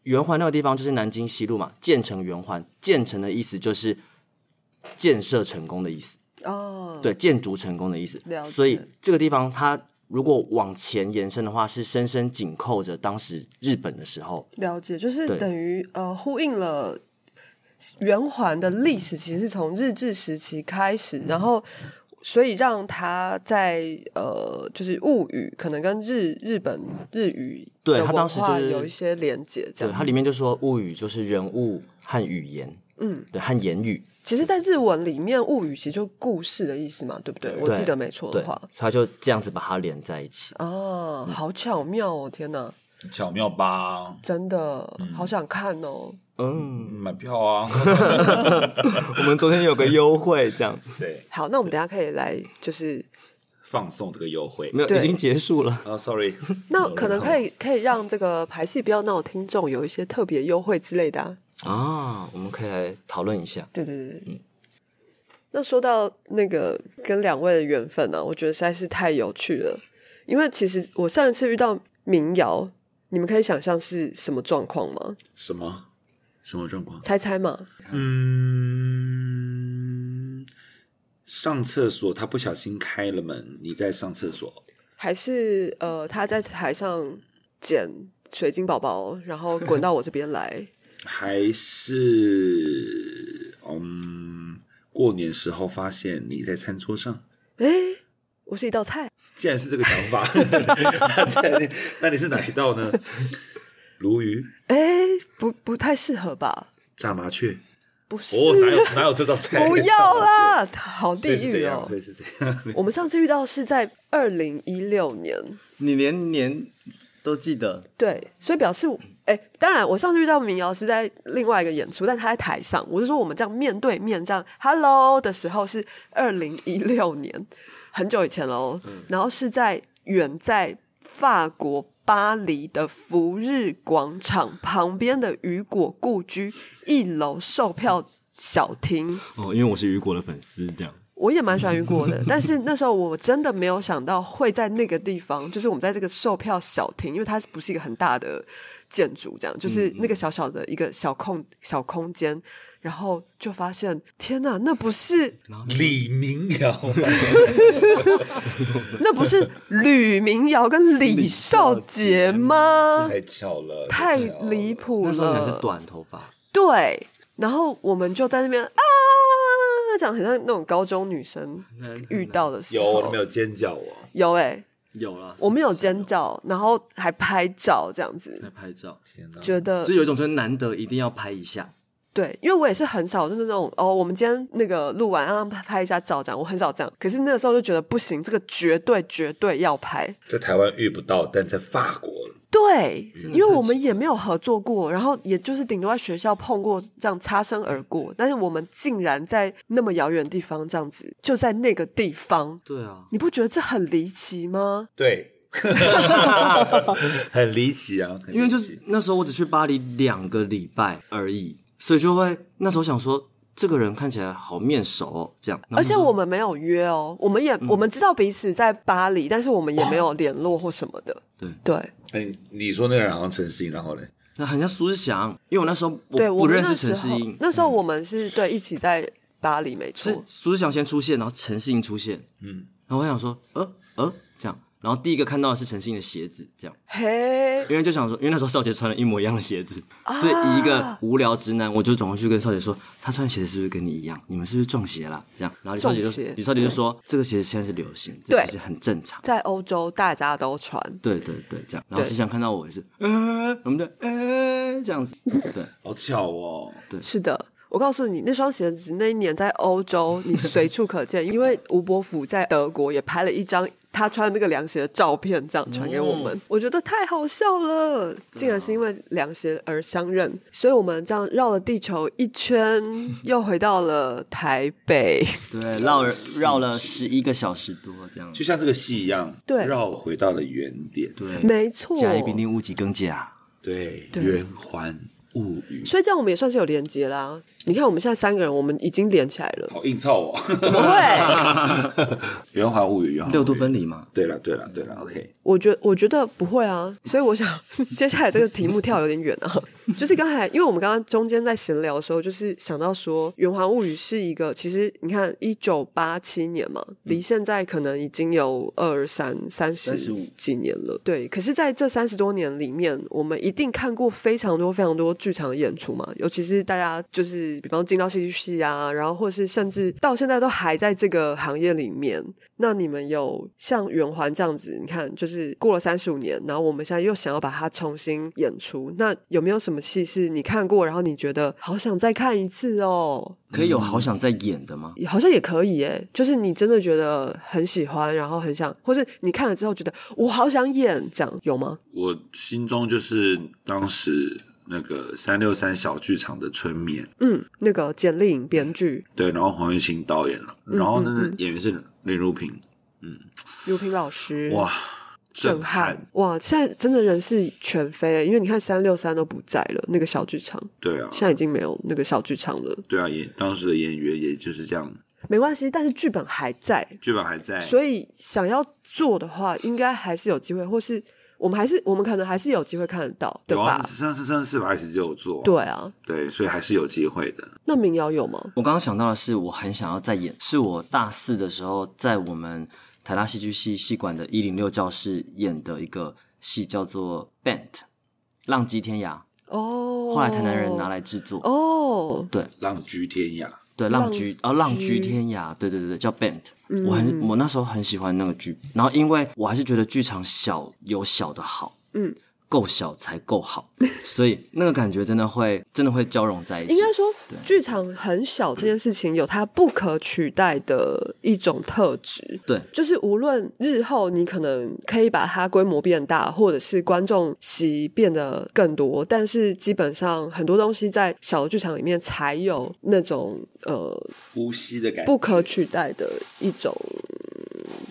S2: 圆环那个地方就是南京西路嘛，建成圆环，建成的意思就是建设成功的意思，
S1: 哦，
S2: 对，建筑成功的意思
S1: 了。解
S2: 所以这个地方它如果往前延伸的话，是深深紧扣着当时日本的时候。
S1: 了解，就是
S2: 对
S1: 等于呃呼应了圆环的历史，其实是从日治时期开始，然后所以让它在呃就是物语可能跟日日本日语
S2: 对
S1: 的
S2: 它
S1: 文
S2: 当时
S1: 化
S2: 就是
S1: 有一些连接，这
S2: 对，
S1: 样
S2: 它里面就说物语就是人物和语言，嗯，对，和言语，
S1: 其实，在日文里面，物语其实就故事的意思嘛，对不对？我记得没错
S2: 对嗯
S1: 的话，，
S2: 他就这样子把它连在一起。
S1: 啊，好巧妙哦！天哪，
S3: 巧妙吧？
S1: 真的、好想看哦。
S2: 嗯，
S3: 买票 啊！
S2: 我们昨天有个优惠，这样
S3: 对，
S1: 好，那我们等一下可以来，就是
S3: 放送这个优惠
S2: 没有
S1: 对
S2: 已经结束了。
S3: 啊、s o r r y
S1: 那可能可以可以让这个排戏不要闹的听众有一些特别优惠之类的、啊。
S2: 啊，我们可以来讨论一下。
S1: 对对对对。
S2: 嗯
S1: 那说到那个跟两位的缘分呢、啊我觉得实在是太有趣了。因为其实我上一次遇到民谣，你们可以想象是什么状况吗？
S3: 什么什么状况？
S1: 猜猜嘛。
S3: 嗯，上厕所他不小心开了门，你在上厕所，
S1: 还是呃，他在台上捡水晶宝宝，然后滚到我这边 来。
S3: 还是嗯，过年时候发现你在餐桌上？
S1: 哎，我是一道菜。
S3: 既然是这个想法， 那既然那你是哪一道呢？鲈鱼、
S1: 哎，不不太适合吧？
S3: 炸麻雀。
S1: 不是，
S3: 哦，哪有哪有这道菜？
S1: 不要 啦，好
S3: 所以
S1: 地
S3: 是这
S1: 狱
S3: 样，
S1: 哦
S3: 所！以是这样。
S1: 我们上次遇到是在二零一六年，
S2: 你连年都记得，
S1: 对，所以表示我，哎、当然，我上次遇到民谣是在另外一个演出，但他在台上，我是说我们这样面对面这样 “hello” 的时候是二零一六年，很久以前喽。然后是在远在法国巴黎的福日广场旁边的雨果故居一楼售票小厅。
S2: 哦，因为我是雨果的粉丝，这样。
S1: 我也蛮喜欢雨果 的，但是那时候我真的没有想到会在那个地方，就是我们在这个售票小厅，因为它是不是一个很大的建筑，这样就是那个小小的一个小空小空间，然后就发现天哪，那不 是
S3: 李明阳，
S1: 那不是吕明瑶跟李少杰吗？
S3: 太巧了，
S1: 太
S3: 巧了
S1: 离谱了！
S2: 那时候你还是短头发，
S1: 对，然后我们就在那边啊，讲很像那种高中女生遇到的时
S3: 有
S1: 候，
S3: 我没有尖叫哦，
S1: 有哎、
S2: 有了，
S1: 我们有尖叫，然后还拍照这样
S2: 在
S1: 子，
S2: 拍照，
S3: 天哪！
S1: 觉得
S2: 就有一种就是难得一定要拍一下。
S1: 对，因为我也是很少就是那种哦，我们今天那个录完让他拍一下照这样，我很少这样。可是那个时候就觉得不行，这个绝对绝对要拍，
S3: 在台湾遇不到，但在法国，
S1: 对，因为我们也没有合作过，然后也就是顶多在学校碰过这样擦身而过，但是我们竟然在那么遥远的地方这样子，就在那个地方，
S2: 对啊，
S1: 你不觉得这很离奇吗？
S3: 对， 很离奇啊，很 离奇
S2: 因为就是那时候我只去巴黎两个礼拜而已，所以就会那时候想说，这个人看起来好面熟、哦，这样。然后
S1: 而且
S2: 就说
S1: 我们没有约哦，我们也、
S2: 嗯
S1: 我们知道彼此在巴黎，但是我们也没有联络或什么的。
S2: 对
S1: 对
S3: 哎、你说那个人好像陈信，然后嘞，
S2: 那很像苏志祥，因为我那时候
S1: 对，
S2: 我
S1: 我
S2: 不
S1: 们
S2: 认
S1: 那
S2: 识
S1: 时
S2: 陈世
S1: 候
S2: 英，
S1: 那时候我们是对一起在巴黎，没
S2: 是
S1: 错。
S2: 苏志祥先出现，然后陈世英出现，嗯，然后我想说，呃呃，这样。然后第一个看到的是陈信的鞋子，这样，
S1: 嘿，
S2: 因为就想说，因为那时候少杰穿了一模一样的鞋子，
S1: 啊
S2: 所以以一个无聊直男，我就转过去跟少杰说，他穿的鞋子是不是跟你一样？你们是不是撞鞋了？这样，然后李少杰
S1: 撞鞋
S2: 就李少杰就说，这个鞋子现在是流行，这个
S1: 对
S2: 是很正常。
S1: 在欧洲大家都穿，
S2: 对对对，这样，然后
S1: 对
S2: 思想看到我也是，呃，我们的呃这样子， 对，
S3: 好巧哦，
S1: 是的。我告诉你，那双鞋子那一年在欧 洲你随处可见，因为吴伯甫在德国也拍了一张他穿那个凉鞋的照片，这样传给我
S2: 哦
S1: 们，我觉得太好笑了，竟然是因为凉鞋而相认，所以我们这样绕了地球一圈，又回到了台 北。
S2: 对，绕了绕了十一个小时多这样，
S3: 就像这个戏一样，
S1: 对
S3: 绕回到了原点，
S2: 对，
S1: 没错，
S2: 甲乙丙丁戊己庚己啊，
S3: 对，
S1: 对
S3: 圆环物语，
S1: 所以这样我们也算是有连接啦。你看，我们现在三个人，我们已经连起来 了，
S3: 好硬凑哦，
S1: 怎么会？
S3: 圆环物语，圆环
S2: 六度
S3: 离。
S2: 分离嘛，
S3: 对了，对了，对了，OK，
S1: 我觉我觉得不会啊，所以我想接下来这个题目跳有点远啊，就是刚才因为我们刚刚中间在闲聊的时候，就是想到说《圆环物语》是一个，其实你看一九八七年嘛，离现在可能已经有二三三十
S2: 35
S1: 几年了，对。可是在这三十多年里面，我们一定看过非常多非常多剧场的演出嘛，尤其是大家就是比方进到戏剧系啊，然后或是甚至到现在都还在这个行业里面，那你们有像圆环这样子，你看，就是过了三十五年，然后我们现在又想要把它重新演出，那有没有什么戏是你看过，然后你觉得好想再看一次哦？
S2: 可以有好想再演的吗？
S1: 好像也可以耶，就是你真的觉得很喜欢，然后很想，或是你看了之后觉得我好想演，这样有吗？
S3: 我心中就是当时那个三六三小剧场的《春眠》，
S1: 嗯，那个简历影编剧
S3: 对，然后黄玉清导演了，然后那
S1: 嗯
S3: 个演员是林如萍，嗯
S1: 刘平老师，
S3: 哇，
S1: 震撼！哇！现在真的人是全非耶，因为你看三六三都不在了，那个小剧场
S3: 对啊，
S1: 现在已经没有那个小剧场了。
S3: 对啊，演当时的演员也就是这样，
S1: 没关系，但是剧本还在，
S3: 剧本还
S2: 哎
S3: 在，
S1: 所以想要做的话，应该还是有机会，或是我们还是我们可能还是有机会看得到，对
S3: 有啊，
S1: 吧？
S3: 上上上四百其实就有做，
S1: 对啊，
S3: 对，所以还是有机会的。
S1: 那民谣有吗？
S2: 我刚刚想到的是，我很想要再演，是我大四的时候在我们台大戏剧系戏馆的一零六教室演的一个戏，叫做《Bent 浪迹天涯》，
S1: 哦，
S2: 后来台南人拿来制作，
S1: 哦，
S2: 对。
S3: 浪居天涯，
S2: 对，
S1: 浪
S2: 浪居啊，浪
S1: 居
S2: 居天涯，对对对对，叫 Bent、我很我那时候很喜欢那个剧，然后因为我还是觉得剧场小有小的好，
S1: 嗯，
S2: 够小才够 好，所以那个感觉真的会真的会交融在一起
S1: 应。该说剧场很小这件事情有它不可取代的一种特质。
S2: 对，
S1: 就是无论日后你可能可以把它规模变大，或者是观众席变得更多，但是基本上很多东西在小剧场里面才有那种呃
S3: 呼吸的感觉，
S1: 不可取代的一种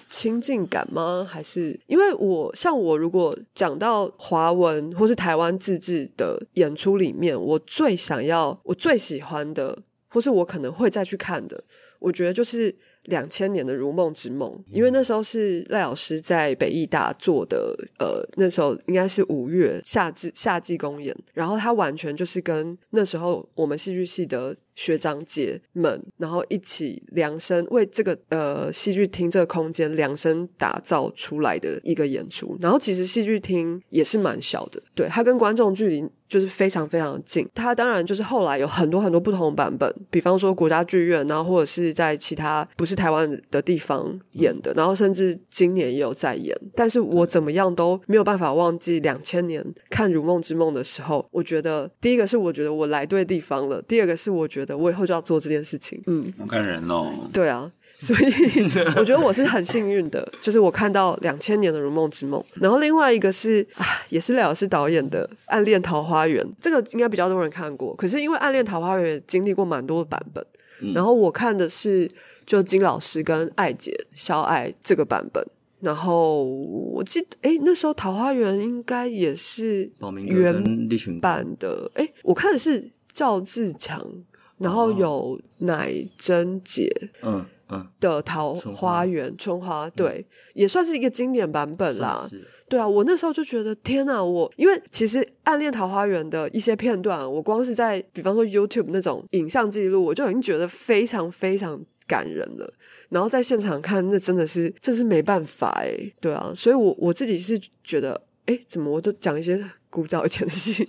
S1: 亲近感吗？还是因为我像我如果讲到华文或是台湾自制的演出里面，我最想要、我最喜欢的，或是我可能会再去看的，我觉得就是。两千年的《如梦之梦》，因为那时候是赖老师在北艺大做的，呃，那时候应该是五月夏季夏季公演，然后他完全就是跟那时候我们戏剧系的学长姐们，然后一起量身为这个呃戏剧厅这个空间量身打造出来的一个演出。然后其实戏剧厅也是蛮小的，对，它跟观众距离就是非常非常近。它当然就是后来有很多很多不同的版本，比方说国家剧院，然后或者是在其他不是台湾的地方演的，然后甚至今年也有在演。但是我怎么样都没有办法忘记两千年看《如梦之梦》的时候，我觉得第一个是我觉得我来对地方了，第二个是我觉得我以后就要做这件事情。嗯，
S3: 好感人哦。
S1: 对啊，所 以我觉得我是很幸运的，就是我看到两千年的《如梦之梦》，然后另外一个是啊，也是廖老师导演的《暗恋桃花源》，这个应该比较多人看过。可是因为《暗恋桃花源》也经历过蛮多的版本，
S2: 嗯
S1: 然后我看的是就金老师跟艾姐小艾这个版本。然后我记得，哎，那时候《桃花源》应该也是
S2: 宝明哥
S1: 原
S2: 跟利群哥
S1: 版的，哎，我看的是赵自强，然后有乃真姐
S2: 嗯嗯，
S1: 的《桃
S2: 春花嗯
S1: 花源》春花，对，也算是一个经典版本啦。
S2: 是是
S1: 对啊，我那时候就觉得天哪！我因为其实《暗恋桃花源》的一些片段，啊我光是在比方说 YouTube 那种影像记录，我就已经觉得非常非常感人了。然后在现场看，那真的是这是没办法哎、对啊，所以我我自己是觉得，哎，怎么我都讲一些古早以前的 戏，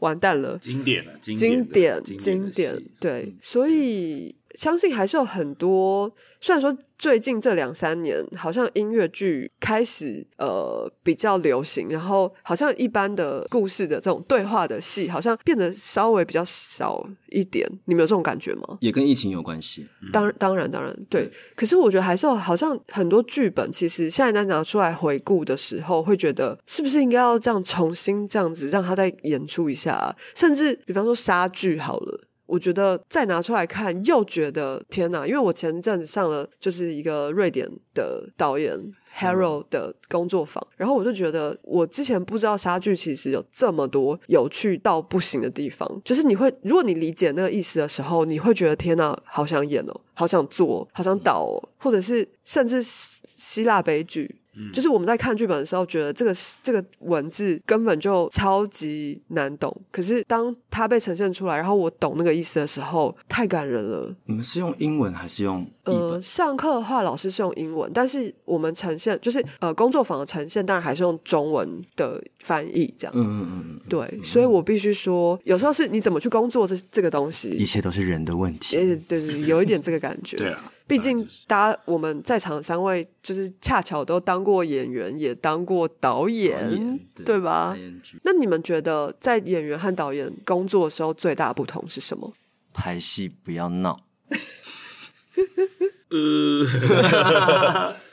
S1: 完蛋了。
S3: 经典的经
S1: 经
S3: 典的
S1: 典
S3: 经
S1: 经
S3: 典的
S1: 典
S3: 戏，嗯
S1: 对，所以相信还是有很多。虽然说最近这两三年，好像音乐剧开始呃比较流行，然后好像一般的故事的这种对话的戏，好像变得稍微比较少一点。你们有这种感觉吗？
S2: 也跟疫情有关系。
S3: 嗯
S1: 当当然当然对，可是我觉得还是有好像很多剧本，其实现在在拿出来回顾的时候，会觉得是不是应该要这样重新这样子让他再演出一下、啊，甚至比方说杀剧好了。我觉得再拿出来看，又觉得天哪！因为我前一阵子上了就是一个瑞典的导演 Harold 的工作坊，然后我就觉得我之前不知道杀剧其实有这么多有趣到不行的地方，就是你会如果你理解那个意思的时候，你会觉得天哪，好想演哦，好想做哦，好
S2: 嗯
S1: 想导哦，或者是甚至希希腊悲剧。
S2: 嗯
S1: 就是我们在看剧本的时候，觉得这个这个文字根本就超级难懂。可是当它被呈现出来，然后我懂那个意思的时候，太感人了。
S2: 你们是用英文还是用译
S1: 呃，
S2: 本？
S1: 上课的话，老师是用英文，但是我们呈现就是呃工作坊的呈现，当然还是用中文的翻译这样。
S2: 嗯嗯嗯嗯，
S1: 对，所以我必须说，有时候是你怎么去工作这这个东
S2: 一
S1: 西，
S2: 切都是人的问题。
S1: 也就是有一点这个感觉。
S3: 对啊，
S1: 毕竟大家我们在场三位就是恰巧都当过演员，也当过导演，
S2: 导演
S1: 对吧？
S2: ING
S1: 那你们觉得在演员和导演工作的时候最大的不同是什么？
S2: 拍戏不要闹，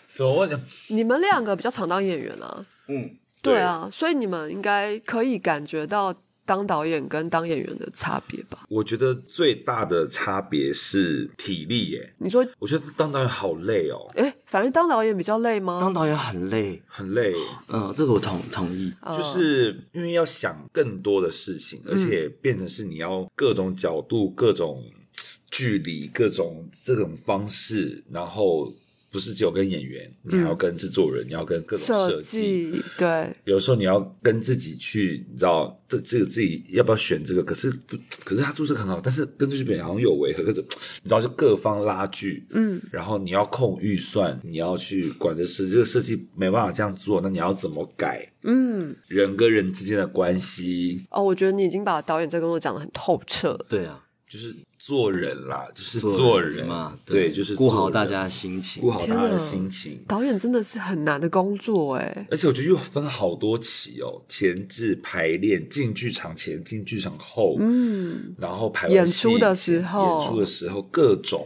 S3: 什么问题？
S1: 你们两个比较常当演员啊，
S2: 嗯，
S1: 对啊，所以你们应该可以感觉到当导演跟当演员的差别吧？
S3: 我觉得最大的差别是体力耶。
S1: 你说，
S3: 我觉得当导演好累哦，
S1: 哎，反正当导演比较累吗
S2: 当？导演很累。
S3: 很累，哦
S2: 嗯，这个我同同意。
S3: 就是因为要想更多的事情，而且变成是你要各种角度、各种距离、各种这种方式，然后不是只有跟演员，你还要跟制作人，你要跟各种
S1: 设
S3: 嗯设计，
S1: 计对，
S3: 有时候你要跟自己去，你知道这这个自己要不要选这个？可是不，可是他做这个很好，但是跟剧本好像有违和，可是你知道，就各方拉锯，嗯，然后你要控预算，你要去管这事，这个设计没办法这样做，那你要怎么改？嗯，人跟人之间的关系，
S1: 哦，我觉得你已经把导演这个工作讲得很透彻了。
S2: 对啊，
S3: 就是做人啦，就是做人
S2: 嘛，
S3: 对，就是
S2: 顾
S3: 做
S2: 好
S3: 人
S2: 大家的心情
S3: 顾。好大家
S1: 天
S3: 的
S1: 哪
S3: 心情。
S1: 导演真的是很难的工作哎、
S3: 而且我觉得又分好多期哦，前置排练、进剧场前、进剧场后，嗯，然后排完
S1: 演
S3: 戏
S1: 出的时候
S3: 演出的时候各种，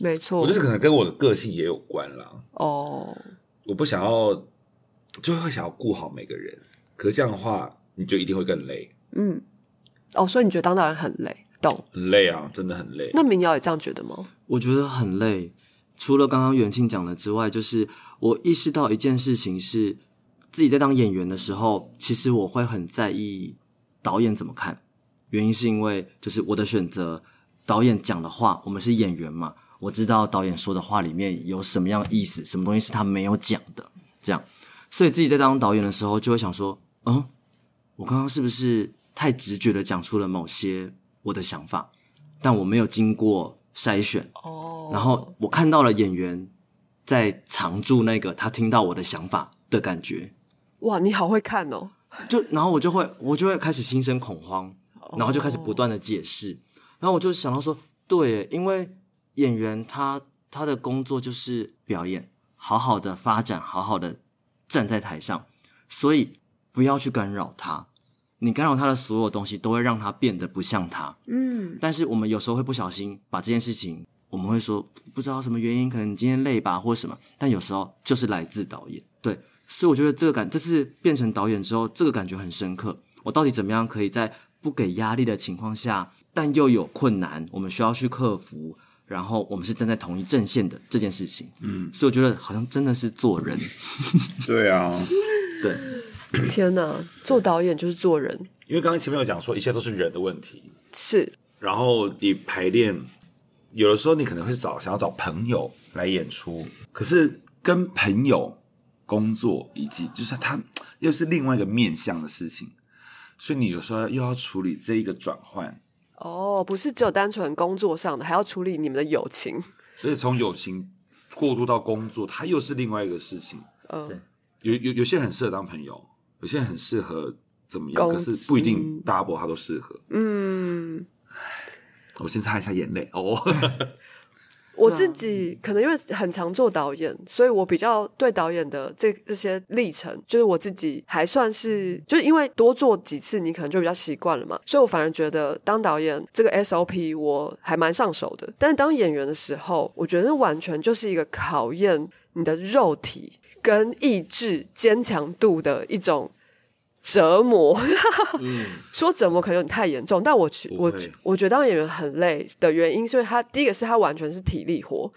S1: 没
S3: 我
S1: 错
S3: 觉得可能跟我的个性也有关啦。
S1: 哦，
S3: 我不想要，就会想要顾好每个人，可是这样的话，你就一定会更累，
S1: 嗯，哦，所以你觉得当导演很累，懂？
S3: 很累啊，真的很累。
S1: 那民谣也这样觉得吗？
S2: 我觉得很累。除了刚刚元庆讲的之外，就是我意识到一件事情是，自己在当演员的时候，其实我会很在意导演怎么看。原因是因为就是我的选择，导演讲的话，我们是演员嘛，我知道导演说的话里面有什么样意思，什么东西是他没有讲的，这样。所以自己在当导演的时候，就会想说，嗯，我刚刚是不是太直觉的讲出了某些我的想法，但我没有经过筛选，
S1: 哦
S2: 然后我看到了演员在藏住那个他听到我的想法的感觉，
S1: 哇，你好会看哦，
S2: 就然后我就会我就会开始心生恐慌，然后就
S1: 哦
S2: 开始不断的解释，然后我就想到说，对耶，因为演员他他的工作就是表演，好好的发展，好好的站在台上，所以不要去干扰他。你干扰他的所有东西，都会让他变得不像他。
S1: 嗯，
S2: 但是我们有时候会不小心把这件事情，我们会说不知道什么原因，可能你今天累吧，或者什么。但有时候就是来自导演，对，所以我觉得这个感，这次变成导演之后，这个感觉很深刻。我到底怎么样可以在不给压力的情况下，但又有困难，我们需要去克服，然后我们是站在同一阵线的这件事情，嗯，所以我觉得好像真的是做人，
S3: 对啊，
S2: 对，
S1: 天哪，做导演就是做人，
S3: 因为刚刚前面有讲说，一切都是人的问题，
S1: 是
S3: 然后你排练，有的时候你可能会找想要找朋友来演出，可是跟朋友工作以及就是他又是另外一个面向的事情，所以你有时候又要处理这一个转换，
S1: 哦，不是只有单纯工作上的，还要处理你们的友情。
S3: 所以从友情过渡到工作，它又是另外一个事情。
S1: 嗯，
S3: 有有有些人很适合当朋友，有些人很适合怎么样，
S1: 工
S3: 可是不一定 double 他都适合。
S1: 嗯，
S3: 我先擦一下眼泪 哦，
S1: 我自己可能因为很常做导演，所以我比较对导演的这这些历程，就是我自己还算是，就是因为多做几次，你可能就比较习惯了嘛，所以我反而觉得当导演这个 SOP 我还蛮上手的，但是当演员的时候，我觉得那完全就是一个考验你的肉体跟意志坚强度的一种折磨。说折磨可能有点太严重，但我觉
S3: 嗯不
S1: 我
S3: 会
S1: 觉我觉得当演员很累的原因，是因为他第一个是他完全是体力活，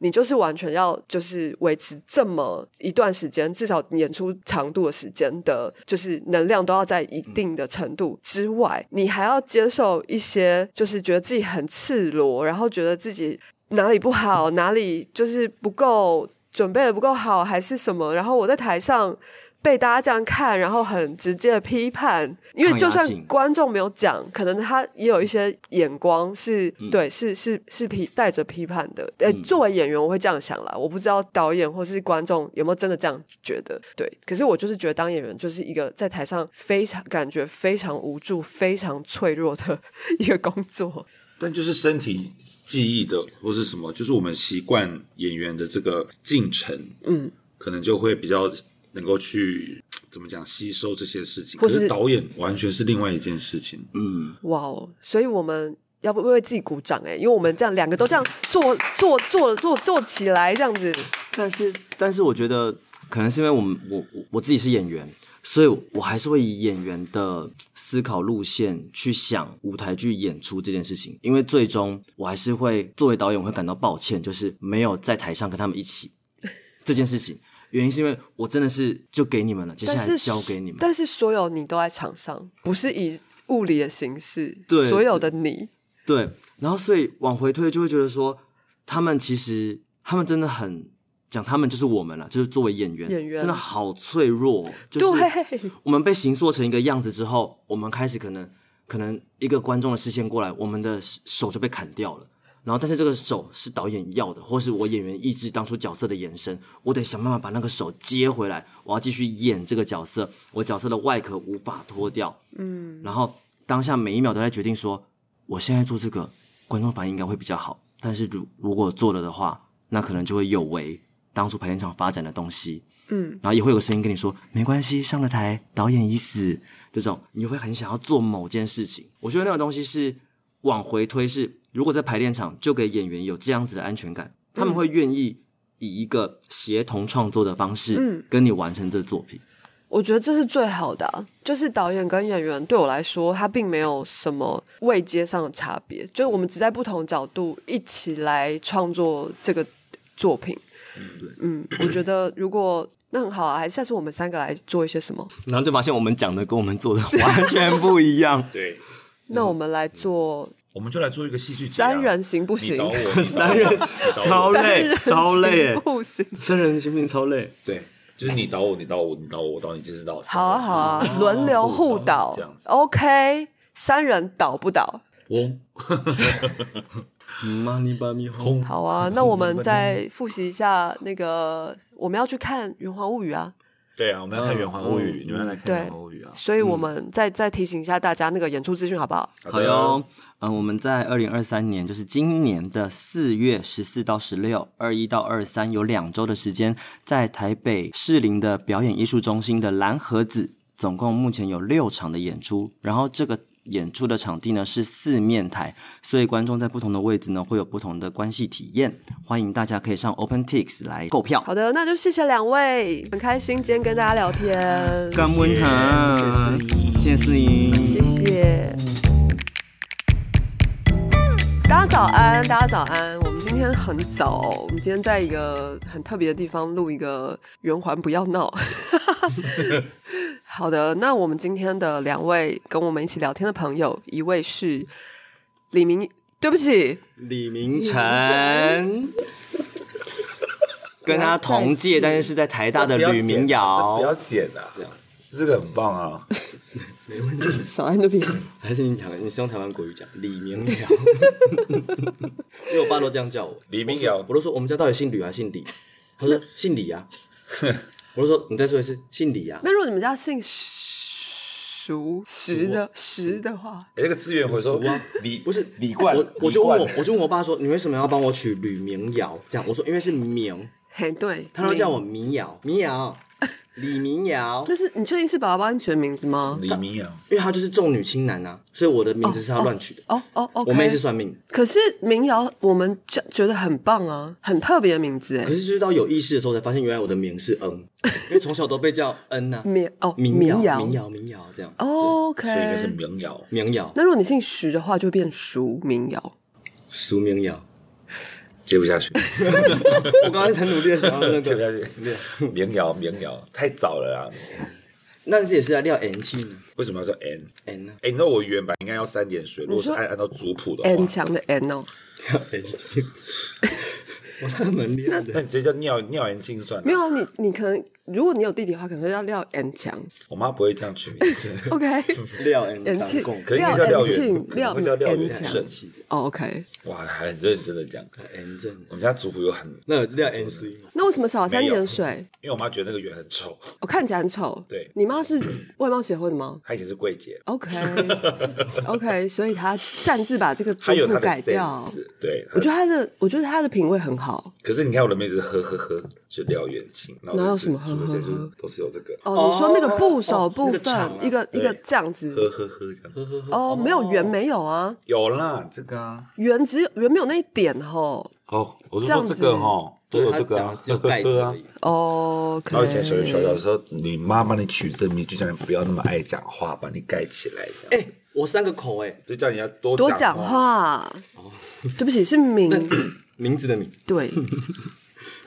S1: 你就是完全要就是维持这么一段时间，至少演出长度的时间的，就是能量都要在一定的程
S3: 嗯
S1: 度之外，你还要接受一些就是觉得自己很赤裸，然后觉得自己哪里不
S2: 嗯
S1: 好，哪里就是不够准备的不够好，还是什么，然后我在台上。被大家这样看，然后很直接的批判，因为就
S2: 抗
S1: 算
S2: 压性
S1: 观众没有讲，可能他也有一些眼光是、
S2: 嗯
S1: 对，是是是批带着批判的。呃、作为演员，我会这样想啦，我不知道导演或是观众有没有真的这样觉得。对，可是我就是觉得当演员就是一个在台上非常感觉非常无助、非常脆弱的 一个工作。
S3: 但就是身体记忆的或是什么，就是我们习惯演员的这个进程，嗯，可能就会比较能够去怎么讲吸收这些事情。
S1: 或
S3: 可
S1: 是
S3: 是导演完全是另外一件事情，。
S1: 哇哦！所以我们要不为自己鼓掌哎、因为我们这样两个都这样做做做做做起来这样子。
S2: 但是，但是我觉得可能是因为我们我我我自己是演员，所以我还是会以演员的思考路线去想舞台剧演出这件事情，因为最终我还是会作为导演，我会感到抱歉，就是没有在台上跟他们一 起这件事情。原因是因为我真的是就给你们了，接下
S1: 但
S2: 来
S1: 是
S2: 交给你们。
S1: 但是所有你都在场上，不是以物理的形式，
S2: 对
S1: 所有的你，
S2: 对，然后所以往回推就会觉得说，他们其实他们真的很讲，他们就是我们了，就是作为演员，
S1: 演员
S2: 真的好脆弱，哦就是
S1: 对
S2: 我们被形塑成一个样子之后，我们开始可能可能一个观众的视线过来，我们的手就被砍掉了。然后，但是这个手是导演要的，或是我演员意志当初角色的延伸，我得想办法把那个手接回来。我要继续演这个角色，我角色的外壳无法脱掉。嗯，然后当下每一秒都在决定说，我现在做这个，观众反应应该会比较好。但是如如果做了的话，那可能就会有违当初排练场发展的东西。嗯，然后也会有个声音跟你说，没关系，上了台，导演已死，这种你会很想要做某件事情。我觉得那个东西是往回推是，如果在排练场就给演员有这样子的安全感，他们会愿意以一个协同创作的方
S1: 嗯
S2: 式跟你完成这作品。
S1: 我觉得这是最好的啊、就是导演跟演员对我来说，他并没有什么位阶上的差别，就是我们只在不同角度一起来创作这个作品。嗯，我觉得如果那很好啊，还是下次我们三个来做一些什么？
S2: 然后就发现我们讲的跟我们做的完全不一样
S3: 对。
S1: 那我们来做
S3: 我们就来做一个戏剧节啊
S1: 三人行不
S3: 你
S1: 行
S3: 导？我，
S2: 三人 超
S1: 三
S2: 累
S1: 人，
S2: 超累
S1: 行
S2: 耶，
S1: 不行。
S2: 三人行不行？超累。
S3: 对，就是你导我，你导我，你导我，我导你，就是导我。
S1: 好啊，好啊，
S2: 嗯
S1: 轮流互导
S3: 这样
S2: 哦
S3: 子。
S1: ，OK，三人倒不倒？
S3: 我
S2: 妈咪巴咪轰！
S1: 好啊，那我们再复习一下那个，我们要去看《圆环物语》啊，
S3: 对啊，我们要看《圆环物语》
S2: 嗯
S3: 你们要来看《
S1: 对
S3: 圆环物语》啊。
S1: 所以我们再再提醒一下大家那个演出资讯好不好？
S2: 好哟，嗯，我们在二零二三年，就是今年的四月十四到十六、二一到二三，有两周的时间，在台北士林的表演艺术中心的蓝盒子，总共目前有六场的演出，然后这个。演出的场地呢是四面台，所以观众在不同的位置呢会有不同的关系体验。欢迎大家可以上 OpenTix 来购票。
S1: 好的，那就谢谢两位，很开心今天跟大家聊天，
S2: 甘温恒，谢谢四莹，
S1: 谢谢。大家早安，大家早安。我们今天很早，我们今天在一个很特别的地方录一个圆环，不要闹。 好的，那我们今天的两位跟我们一起聊天的朋友，一位是李明，对不起，
S2: 李明晨。跟他同届，但是是在台大的吕明
S3: 不要
S2: 瑶，
S3: 剪啊，这个很棒啊！
S4: 少在那边。
S2: 还是你讲，你是用台湾国语讲李明瑶， 因为我爸都这样叫我
S3: 李明瑶
S2: 我都说我们家到底姓吕还是姓李？他说姓李呀、我就说你再说一次，姓李啊呀、
S1: 那如果你们家姓熟石的石的话，
S3: 哎，这个资源回收
S2: 有熟啊
S3: 李
S2: 不是
S3: 李冠，
S2: 我我就
S3: 李
S2: 问
S3: 冠
S2: 我我就问我爸说，你为什么要帮我取吕明瑶？这样我说因为是明，
S1: 嘿，对，
S2: 他都叫
S1: 明。
S2: 我民瑶，民瑶，李民瑶，
S1: 但是你确定是爸爸帮你取的名字吗？
S3: 李明阳，
S2: 因为他就是重女轻男啊，所以我的名字是他乱取的。
S1: 哦哦，OK。
S2: 我妹是算命的，
S1: 可是民谣我们觉觉得很棒啊，很特别的名字哎
S2: 可。是就是到有意识的时候才发现，原来我的名是恩，因为从小都被叫恩 呐、
S1: 民哦
S2: 民谣，
S1: 民谣
S2: 民谣，民谣这样，
S1: 哦
S3: 所以应该是
S1: OK。
S3: 明瑶。
S2: 民谣，
S1: 那如果你姓石的话，就变熟民谣。
S2: 俗民谣。
S3: 接不下 去，
S2: 我刚才很努力的想要 那
S3: 接不下
S2: 个，
S3: 去，民谣民谣太早了啦！
S2: 那这也是要料 N 气呢
S3: 为什么要叫 N？
S2: ，N 啊呢
S3: 哎、你知道我原版应该要三点水，如果是
S1: 说
S3: 按按照族谱的
S1: N
S3: 话，
S1: 强的 N 哦，
S2: 料 N 气， 我那蛮厉害
S3: 那
S2: 的。
S3: 你直接叫尿尿言庆算了。
S1: 没有啊，你你可能如果你有弟弟的话，可能会要廖 N 强。
S3: 我妈不会这样取名字，
S1: OK，
S2: 料 N
S1: 延
S2: 当
S1: 庆
S2: 共
S3: 可以应该叫廖远，可
S1: 廖延庆
S3: 能会叫廖远
S1: 廖延庆。
S3: 正
S2: 气的
S1: 哦 OK。
S3: 哇，还很认真的讲，
S2: N 正，
S3: 我们家族谱有很，
S2: 那有料 N C 吗？
S1: 那为什么少三
S3: 没有
S1: 点水？
S3: 因为我妈觉得那个圆很丑，
S1: 我看起来很丑。
S3: 对
S1: 你妈是外貌协会的吗
S3: 她以前是柜姐，
S1: ？OK OK，所以她擅自把这个族
S3: 她有
S1: 谱
S3: 她的
S1: 改掉。
S3: sense，对。
S1: 我觉得她的，我觉得她的品味很好。
S3: 可是你看我的名字是呵呵呵，就廖远庆，然后
S1: 哪有
S3: 就是
S1: 什么呵呵呵
S3: 除了这就是都是有这个
S1: 哦，你说那个部首
S2: 哦
S1: 部
S2: 那个长
S1: 分
S2: 啊，
S1: 一个一个
S3: 对
S1: 这样子
S3: 呵。呵呵这样，
S1: 哦，没有圆，没有啊，
S3: 有啦，这个啊，
S1: 圆只有圆没有那一点吼。
S3: 哦，我就
S1: 这样
S3: 说
S1: 子
S3: 这个哈，都有
S2: 他
S3: 这个
S2: 讲
S3: 啊
S2: 的只有盖子
S3: 呵呵
S2: 而
S3: 啊
S2: 已。
S1: 哦，
S3: 然后以前小小小的时候，你妈帮你取这名，就叫你不要那么爱讲话，把你盖起来这样，
S2: 哎，我三个口哎，
S3: 就叫你要多
S1: 多讲。话。哦对不起，是明
S2: 名字的名。
S1: 对，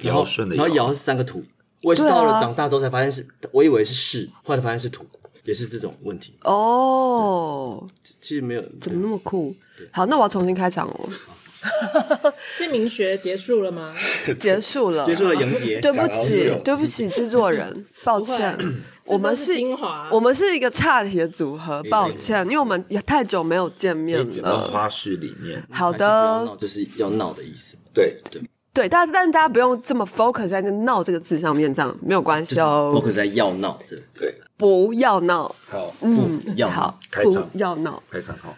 S2: 然后
S3: 尧舜的
S2: 然后
S3: 尧
S2: 尧是三个土，我也是
S1: 对啊
S2: 到了长大之后才发现是，我以为是士，后来发现是土，也是这种问题。
S1: 哦，
S2: 其实没有，
S1: 怎么那么酷？好，那我要重新开场哦，
S5: 姓名学结束了吗？
S1: 结束了，
S2: 接受了杨杰，
S1: 对不
S2: 讲
S1: 起
S2: 到这，
S1: 对不起，制作人，抱歉我
S5: 不会，
S1: 们
S5: 这都是精华
S1: 我们是一个岔题的组合，抱歉，因为我们也太久没有见面
S3: 哎剪到
S1: 了。
S3: 花絮里面，
S1: 好
S2: 还是不要闹
S1: 的，
S2: 就是要闹的意思，
S3: 对，
S1: 对，但但大家不用这么 focus 在那“闹”这个字上面，这样没有关
S2: 就
S1: 系
S2: 是
S1: 哦
S2: focus。在要闹这个
S3: 对，
S1: 不要闹，
S3: 好，
S1: 嗯，
S2: 要闹
S1: 好，
S3: 开
S1: 不
S3: 场
S1: 要闹。
S3: 开场好，